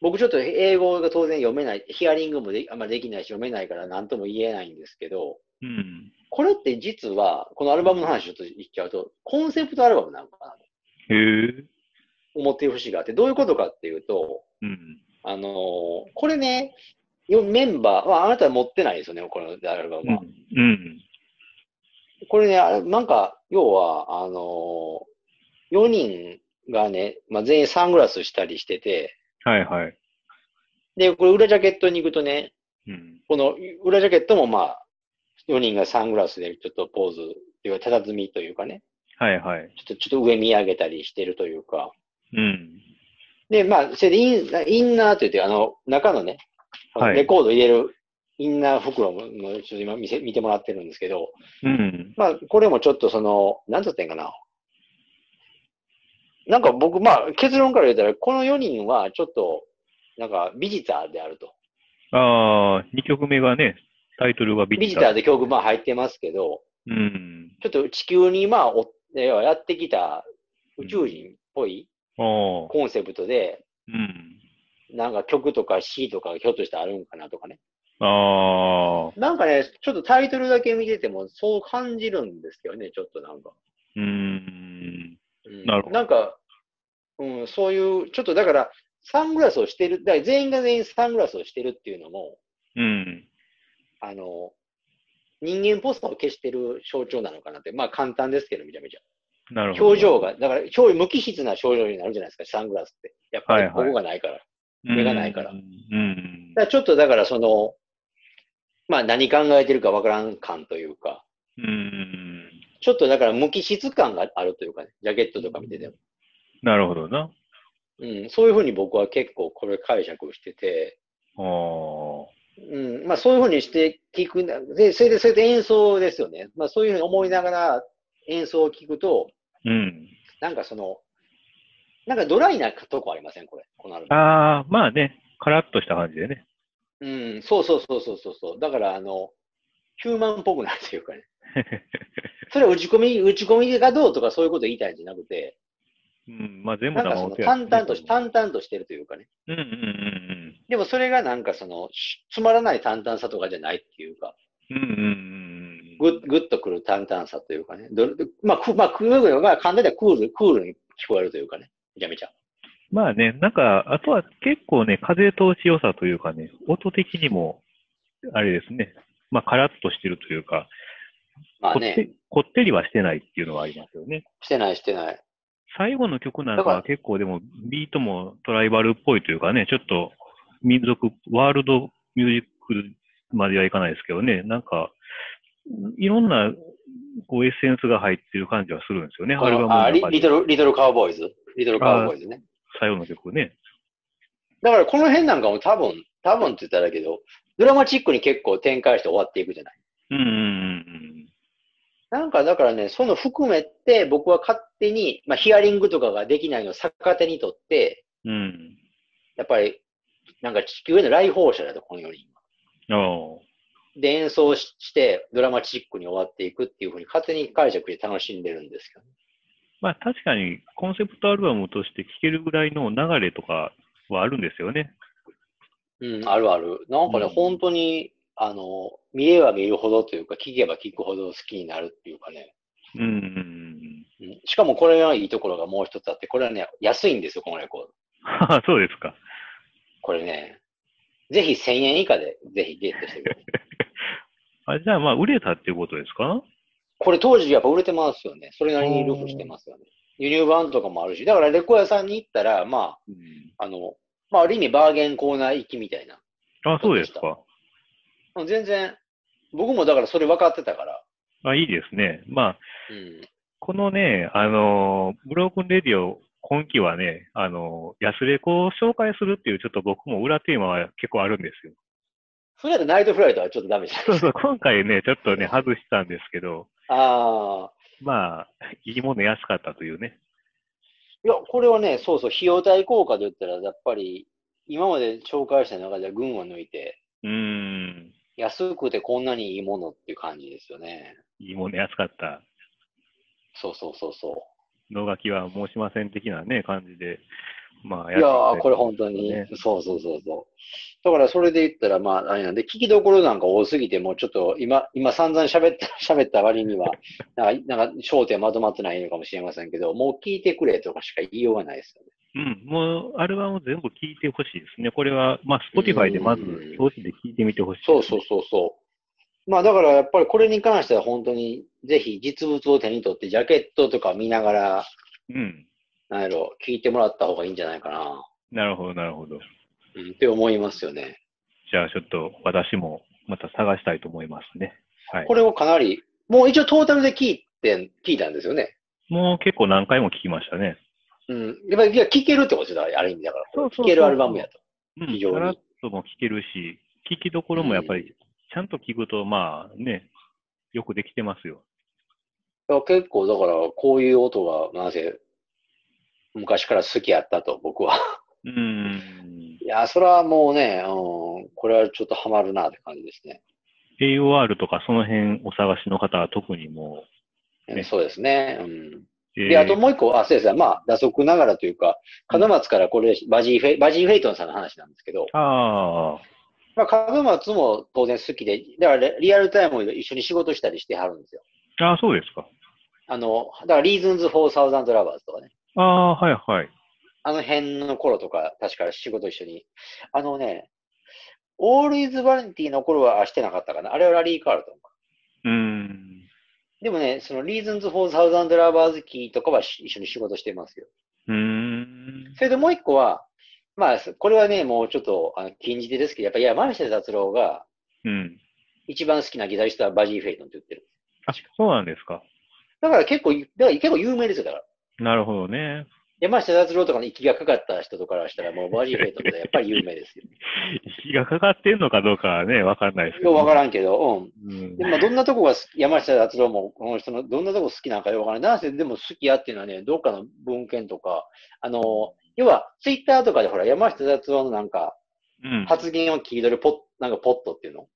[SPEAKER 2] 僕ちょっと英語が当然読めない、ヒアリングもであんまりできないし読めないから何とも言えないんですけど、
[SPEAKER 1] うん。
[SPEAKER 2] これって実は、このアルバムの話ちょっと言っちゃうと、コンセプトアルバムなのかなと
[SPEAKER 1] へえ。
[SPEAKER 2] 思っている節があって、どういうことかっていうと、
[SPEAKER 1] うん。
[SPEAKER 2] あのこれね、よメンバー、まあ、あなたは持ってないですよね、このアルバムは。
[SPEAKER 1] うん。
[SPEAKER 2] これね、あれなんか、要は、あのー、4人がね、まあ、全員サングラスしたりしてて、
[SPEAKER 1] はいはい。
[SPEAKER 2] で、これ裏ジャケットに行くとね、
[SPEAKER 1] うん。
[SPEAKER 2] この裏ジャケットもまあ、4人がサングラスでちょっとポーズ、というか、佇みというかね、
[SPEAKER 1] はいはい。
[SPEAKER 2] ちょっと、ちょっと上見上げたりしてるというか、
[SPEAKER 1] うん。
[SPEAKER 2] で、まあ、それでインインナーと言って、あの、中のね、
[SPEAKER 1] はい
[SPEAKER 2] レコード入れるインナー袋も、ちょっと今見せ見てもらってるんですけど、
[SPEAKER 1] うん。
[SPEAKER 2] まあ、これもちょっとその、なんつってんかな。なんか僕、まあ、結論から言ったら、この4人はちょっと、なんか、ビジターであると。
[SPEAKER 1] ああ、二曲目がね、タイトルがビ
[SPEAKER 2] ビ
[SPEAKER 1] ジ
[SPEAKER 2] ジ
[SPEAKER 1] タ
[SPEAKER 2] タ
[SPEAKER 1] ー。
[SPEAKER 2] ーで曲、まあ、入ってますけど、
[SPEAKER 1] うん。
[SPEAKER 2] ちょっと地球に、まあ、お要はやってきた宇宙人っぽい
[SPEAKER 1] ああ。
[SPEAKER 2] コンセプトで、
[SPEAKER 1] うん。
[SPEAKER 2] なんか曲とか詩とかがひょっとしてあるんかなとかね。
[SPEAKER 1] ああ。
[SPEAKER 2] なんかね、ちょっとタイトルだけ見てても、そう感じるんですけどね、ちょっとなんか。
[SPEAKER 1] うん。
[SPEAKER 2] うん
[SPEAKER 1] なるほど
[SPEAKER 2] なんか、うん、そういう、ちょっとだから、サングラスをしてる、だから全員が全員サングラスをしてるっていうのも、
[SPEAKER 1] うん。
[SPEAKER 2] あの、人間ポスターを消してる象徴なのかなって、まあ簡単ですけど、めちゃめちゃ。
[SPEAKER 1] なるほど。
[SPEAKER 2] 表情が、だから表情、無機質な表情になるじゃないですか、サングラスって。やっぱ
[SPEAKER 1] はい
[SPEAKER 2] り
[SPEAKER 1] は
[SPEAKER 2] こ
[SPEAKER 1] い
[SPEAKER 2] こがないから。
[SPEAKER 1] うん
[SPEAKER 2] 目がないから
[SPEAKER 1] うん。
[SPEAKER 2] だからちょっとだから、その、まあ何考えてるかわからん感というか、
[SPEAKER 1] うん。
[SPEAKER 2] ちょっとだから無機質感があるというかね、ジャケットとか見てても。
[SPEAKER 1] なるほどな。
[SPEAKER 2] うん、そういうふうに僕は結構これ解釈してて、
[SPEAKER 1] ああ。
[SPEAKER 2] うん、まあそういうふうにして聞くな、で、それで、それで演奏ですよね。まあそういうふうに思いながら演奏を聞くと、
[SPEAKER 1] うん。
[SPEAKER 2] なんかその、なんかドライなとこありませんこれ、このアルバ
[SPEAKER 1] ああ、まあね、カラッとした感じでね。
[SPEAKER 2] ム。うん、そうそうそうそうそうそう。だからあの、ヒューマンっぽくなるというか
[SPEAKER 1] <laughs>
[SPEAKER 2] ね。それは打ち込み、打ち込みがどうとかそういうこと言いたいんじゃなくて、
[SPEAKER 1] うん、まあ全部
[SPEAKER 2] なんか
[SPEAKER 1] 生
[SPEAKER 2] そ
[SPEAKER 1] 音
[SPEAKER 2] の
[SPEAKER 1] や
[SPEAKER 2] 淡々とし、
[SPEAKER 1] うん
[SPEAKER 2] 淡々としてるというかね。
[SPEAKER 1] うんうん
[SPEAKER 2] でもそれがなんかその、しつまらない淡々さとかじゃないっていうか、
[SPEAKER 1] うん。うんうんうん
[SPEAKER 2] ぐぐっとくる淡々さというかね。どまあ、くまあ、くるのが簡単にはクール、クールに聞こえるというかね。めちゃめちゃ。
[SPEAKER 1] まあね、なんか、あとは結構ね、風通し良さというかね、音的にも、あれですね、まあカラッとしてるというか、
[SPEAKER 2] まあ
[SPEAKER 1] こっ
[SPEAKER 2] ね、
[SPEAKER 1] てこってりはしてないっていうのはありますよね。
[SPEAKER 2] してないしてない。
[SPEAKER 1] 最後の曲なん
[SPEAKER 2] だ
[SPEAKER 1] か
[SPEAKER 2] から
[SPEAKER 1] は結構でもビートもトライバルっぽいというかね、ちょっと民族、ワールドミュージックまではいかないですけどね、なんか、いろんなこうエッセンスが入ってる感じはするんですよね、アルバム
[SPEAKER 2] あ
[SPEAKER 1] の
[SPEAKER 2] リ
[SPEAKER 1] 中
[SPEAKER 2] リ
[SPEAKER 1] で
[SPEAKER 2] トル、リトルカウボーイズリトルカウボーイズね。
[SPEAKER 1] 最後の曲ね。
[SPEAKER 2] だからこの辺なんかも多分、多分って言ったらだけど、ドラマチックに結構展開して終わっていくじゃない。
[SPEAKER 1] うんうんうん
[SPEAKER 2] なんかだからね、その含めて僕は勝手に、まあヒアリングとかができないのを逆手にとって、
[SPEAKER 1] うん。うん。
[SPEAKER 2] やっぱり、なんか地球への来訪者だと、この4人。
[SPEAKER 1] ああ。
[SPEAKER 2] で、演奏しして、ドラマチックに終わっていくっていうふうに勝手に解釈で楽しんでるんですけどね。
[SPEAKER 1] まあ確かにコンセプトアルバムとして聴けるぐらいの流れとかはあるんですよね。
[SPEAKER 2] うん、あるある。なんかね、
[SPEAKER 1] うん
[SPEAKER 2] 本当に、あの、見れば見るほどというか、聞けば聞くほど好きになるっていうかね。
[SPEAKER 1] うんうんうん。 <laughs>
[SPEAKER 2] うん、しかもこれがいいところがもう一つあって、これはね、安いんですよ、このレコード。
[SPEAKER 1] ああそうですか。
[SPEAKER 2] これね、ぜひ1000円以下で、ぜひゲットして
[SPEAKER 1] <laughs>
[SPEAKER 2] ください。
[SPEAKER 1] あじゃあまあ売れたっていうことですか
[SPEAKER 2] これ当時やっぱ売れてますよね。それなりにルフしてますよね。輸入版とかもあるし、だからレコ屋さんに行ったら、ま
[SPEAKER 1] うん。
[SPEAKER 2] あ、あの、まあ、ある意味バーゲンコーナー行きみたいな。
[SPEAKER 1] あそうですか。
[SPEAKER 2] うん全然、僕もだからそれ分かってたから。
[SPEAKER 1] あいいですね。まあ、
[SPEAKER 2] うん。
[SPEAKER 1] このね、あのーブロークンレディオ、今期はね、あのー、安レコを紹介するっていう、ちょっと僕も裏テーマは結構あるんですよ。
[SPEAKER 2] それやったらナイトフライトはちょっとダメじゃ
[SPEAKER 1] そう
[SPEAKER 2] ない
[SPEAKER 1] そう、今回ね、ちょっとね、外したんですけど、
[SPEAKER 2] ああ。
[SPEAKER 1] まあ、いいもの安かったというね。
[SPEAKER 2] いや、これはね、そうそう、費用対効果で言ったら、やっぱり、今まで紹介した中では群を抜いて、
[SPEAKER 1] うーん、
[SPEAKER 2] 安くてこんなにいいものっていう感じですよね。
[SPEAKER 1] いいもの安かった。
[SPEAKER 2] そうそうそうそ
[SPEAKER 1] 能書きは申しません的なね、感じで。まあ、
[SPEAKER 2] う。いやー、これ本
[SPEAKER 1] 当
[SPEAKER 2] 当に、
[SPEAKER 1] ね
[SPEAKER 2] そうそうそうそう。だからそれで言ったら、まあ、あれなんで、聞きどころなんか多すぎて、もうちょっと今、今散々喋った、 <laughs> 喋った割には、なんか、なんか焦点まとまってないのかもしれませんけど、もう聞いてくれとかしか言いようがないですよね。
[SPEAKER 1] うん、もう、アルバム全部聴いてほしいですね。これは、まあ、Spotify でまず
[SPEAKER 2] うん、
[SPEAKER 1] 表紙で聴いてみてほしい、
[SPEAKER 2] そうそう。そうそう。まあだからやっぱりこれに関しては本当にぜひ実物を手に取ってジャケットとか見ながら、
[SPEAKER 1] うん。
[SPEAKER 2] なんやろ、聞いてもらった方がいいんじゃないかな、
[SPEAKER 1] なるほど、なるほど。
[SPEAKER 2] うん、って思いますよね。
[SPEAKER 1] じゃあちょっと私もまた探したいと思いますね。はい
[SPEAKER 2] こ。れをかなり、もう一応トータルで聞いて、聞いたんですよね。
[SPEAKER 1] もう結構何回も聞きましたね。
[SPEAKER 2] うん。やっぱりいや聞けるってことだ、ある意味だから。
[SPEAKER 1] そうそうそう
[SPEAKER 2] 聞けるアルバムやと。
[SPEAKER 1] うん。
[SPEAKER 2] 非常に
[SPEAKER 1] さらっとも聞けるし、聞きどころもやっぱりちゃんと聞くと、まあね、よくできてますよ。
[SPEAKER 2] いや結構だからこういう音がなぜ昔から好きやったと僕は。 <laughs>
[SPEAKER 1] うーん。
[SPEAKER 2] いや、それはもうね、うん、これはちょっとハマるなって感じですね。
[SPEAKER 1] AOR とかその辺お探しの方は特にもね
[SPEAKER 2] そうですね。うん
[SPEAKER 1] う。え
[SPEAKER 2] で、
[SPEAKER 1] ー
[SPEAKER 2] あともう一個、あ、そうですね。まあ、打足ながらというか、門松からこれ、バジーフェイ、バジーフェイトンさんの話なんですけど、
[SPEAKER 1] ああ、
[SPEAKER 2] まあ、門松も当然好きで、だからリリアルタイムで一緒に仕事したりしてはるんですよ。
[SPEAKER 1] ああ、そうですか。
[SPEAKER 2] あの、だから、リーズンズ・フォー・サウザンド・ラバーズとかね。
[SPEAKER 1] ああ、はいはい。
[SPEAKER 2] あの辺の頃とか、確か仕事一緒に。あのね、オール・イズ・バレンティの頃はしてなかったかな。あれはラリー・カールトンか。
[SPEAKER 1] うーん。
[SPEAKER 2] でもね、そのリーズンズ・フォー・サウザンド・ラバーズキーとかは一緒に仕事してますよ。
[SPEAKER 1] うーん。
[SPEAKER 2] それでもう一個は、まあ、これはね、もうちょっと、あの、禁じ手ですけど、やっぱり山下達郎が
[SPEAKER 1] うん。
[SPEAKER 2] 一番好きなギタリストはバジー・フェイトンって言ってる。
[SPEAKER 1] あ、そうなんですか。
[SPEAKER 2] だから結構、だから結構有名ですよ、だから。
[SPEAKER 1] なるほどね。
[SPEAKER 2] 山下達郎とかの息がかかった人とかからしたら、もうバジー・フェイトンってやっぱり有名ですよ。
[SPEAKER 1] 息がかかってんのかどうかはね、わかんないですけど、
[SPEAKER 2] ようわからんけど、うん。
[SPEAKER 1] うん
[SPEAKER 2] でも、まあどんなとこが好き、山下達郎も、この人の、どんなとこ好きなんかよくわからない。なんせでも好きやっていうのはね、どっかの文献とか、あの、要は、ツイッターとかでほら、山下達郎のなんか、
[SPEAKER 1] うん、
[SPEAKER 2] 発言を切り取るポッ、なんかポットっていうの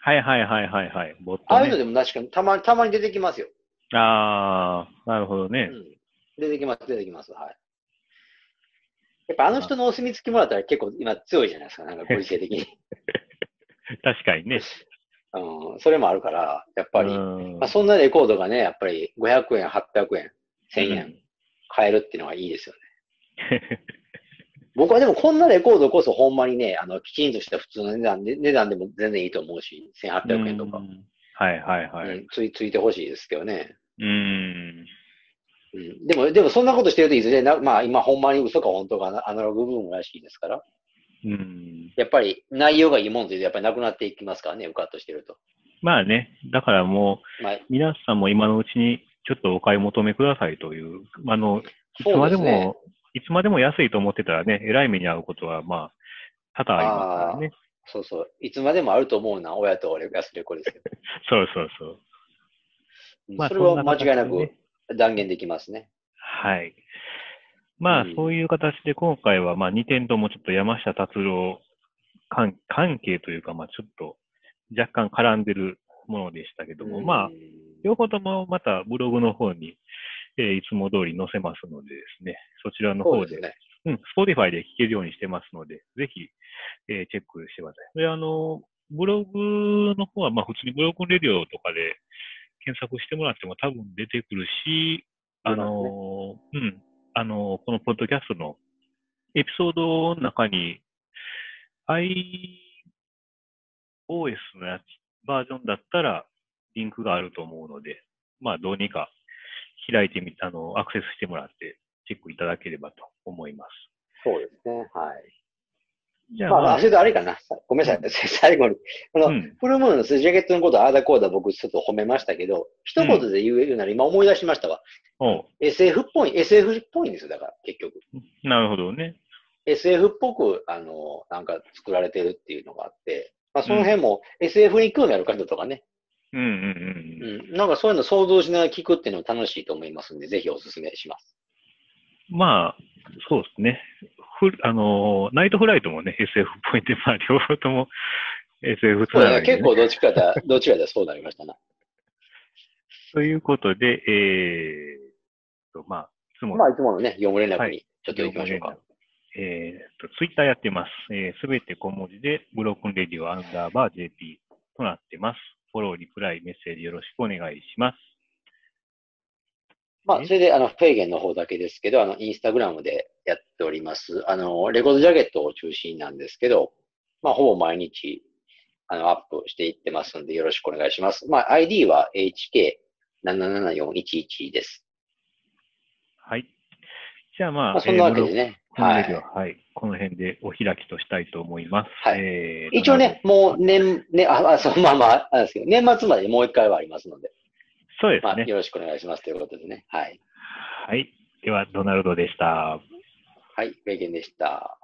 [SPEAKER 1] はいはいはいはいはい。ボット、ね。
[SPEAKER 2] ああいうのでも確かに、たまに、たまに出てきますよ。
[SPEAKER 1] あーなるほどね
[SPEAKER 2] う。ん出てきます、出てきます。はい。やっぱあの人のお墨付きもらったら結構今強いじゃないですか、なんかご時世的に。
[SPEAKER 1] 確かに <laughs> ね。やっ
[SPEAKER 2] うん、それもあるから、やっぱり、
[SPEAKER 1] うん
[SPEAKER 2] まあ、そんなレコードがね、やっぱり500円、800円、1000円買えるっていうのはいいですよね。僕はでもこんなレコードこそほんまにね、あの、きちんとした普通の値段で、値段でも全然いいと思うし、
[SPEAKER 1] うん
[SPEAKER 2] 1800円とか。
[SPEAKER 1] うんはいはいは
[SPEAKER 2] う
[SPEAKER 1] い。
[SPEAKER 2] んついついてほしいですけどね。
[SPEAKER 1] うん。
[SPEAKER 2] うん、でも、でもそんなことしてるといずれな、まあ今ほんまに嘘か本当かなアナログブームらしいですから、
[SPEAKER 1] うん。
[SPEAKER 2] やっぱり内容がいいもんというとやっぱりなくなっていきますからね、うかっとしてると。
[SPEAKER 1] まあね、だからも
[SPEAKER 2] まあ
[SPEAKER 1] う、皆さんも今のうちにちょっとお買い求めくださいという、あの、いつまでも、
[SPEAKER 2] そうですね
[SPEAKER 1] いつまでも安いと思ってたらね、えらい目に遭うことは、まあ、多々ありますからね。
[SPEAKER 2] そうそう。いつまでもあると思うな、親と俺、安レコですけど。
[SPEAKER 1] そうそうそう。
[SPEAKER 2] うん
[SPEAKER 1] まあ
[SPEAKER 2] それは間
[SPEAKER 1] ん形で
[SPEAKER 2] 違いな
[SPEAKER 1] ね
[SPEAKER 2] く断言できますね。
[SPEAKER 1] はい。まあ、
[SPEAKER 2] うん
[SPEAKER 1] そういう形で今回は、まあ、2点ともちょっと山下達郎関関係というか、まあ、ちょっと若干絡んでるものでしたけども、まあ
[SPEAKER 2] う、ん、
[SPEAKER 1] 両方ともまたブログの方に、えーいつも通り載せますのでですね、そちらの
[SPEAKER 2] そ
[SPEAKER 1] 方
[SPEAKER 2] う
[SPEAKER 1] で、
[SPEAKER 2] ですね。
[SPEAKER 1] うん、Spotify で聴けるようにしてますので、ぜひ、えーチェックしてください。で、あの、ブログの方は、まあ、普通にブログレディオとかで検索してもらっても多分出てくるし、あの、うん、あの、このポッドキャストのエピソードの中に、iOS のやつ、バージョンだったら、リンクがあると思うので、まあ、どうにか開いてみ、あの、アクセスしてもらって、チェックいただければと思います。
[SPEAKER 2] そうですね。はい。
[SPEAKER 1] じゃあ、
[SPEAKER 2] まあ、ま
[SPEAKER 1] ま
[SPEAKER 2] あ、
[SPEAKER 1] あ
[SPEAKER 2] それとあれかな。ごめんなさい。最後に。この、
[SPEAKER 1] うん
[SPEAKER 2] フルムーンのスジャケットのこと、ああだこうだ僕ちょっと褒めましたけど、一言で言うなら今思い出しましたわ。
[SPEAKER 1] おう
[SPEAKER 2] SF っぽい、SF っぽいんですよ、だから、結局。
[SPEAKER 1] なるほどね。
[SPEAKER 2] SF っぽく、あの、なんか作られてるっていうのがあって、まあ、その辺も SF に興味ある方とかね、
[SPEAKER 1] うんうんうん
[SPEAKER 2] う
[SPEAKER 1] うん。
[SPEAKER 2] ん、なんかそういうの想像しながら聞くっていうのも楽しいと思いますんで、ぜひおすすめします。
[SPEAKER 1] まあ、そうですね。ふあのーナイトフライトもね、SF っぽいんで、まあ、両方とも SF つ
[SPEAKER 2] そう
[SPEAKER 1] な
[SPEAKER 2] だ
[SPEAKER 1] が
[SPEAKER 2] ね、
[SPEAKER 1] りでね
[SPEAKER 2] 結構どっちかだ、どっちかだそうなりましたな。
[SPEAKER 1] ということで、えーと、まあ、いつも、
[SPEAKER 2] まあ、いつものね、業務連絡
[SPEAKER 1] は
[SPEAKER 2] に
[SPEAKER 1] い
[SPEAKER 2] ちょっと行きましょうか。
[SPEAKER 1] えーと、ツイッターやってます。す、え、べ、て小文字で、ブロックンレディオアンダーバー JP となってます。フォロー、リプライ、メッセージよろしくお願いします。
[SPEAKER 2] まあ、それで、あの、フェーゲンの方だけですけど、あの、インスタグラムでやっております。あの、レコードジャケットを中心なんですけど、まあ、ほぼ毎日、あの、アップしていってますんで、よろしくお願いします。まあ、ID は HK774411 です。
[SPEAKER 1] はい。じゃあまあ、
[SPEAKER 2] まあ、そんなわけ
[SPEAKER 1] え
[SPEAKER 2] で
[SPEAKER 1] ー
[SPEAKER 2] ね。
[SPEAKER 1] ブロックンレ
[SPEAKER 2] は
[SPEAKER 1] ディ
[SPEAKER 2] い。
[SPEAKER 1] オは、はい。この辺でお開きとしたいと思います。
[SPEAKER 2] はい
[SPEAKER 1] えーと
[SPEAKER 2] 一応ね、もう年、ね、あ、あそう、まあまあ、なんですけど、年末までもう一回はありますので、
[SPEAKER 1] そうで
[SPEAKER 2] ますあ、
[SPEAKER 1] ね。
[SPEAKER 2] よろしくお願いしますということでね。はい。
[SPEAKER 1] はい。では、ドナルドでした。
[SPEAKER 2] はい、フェーゲンでした。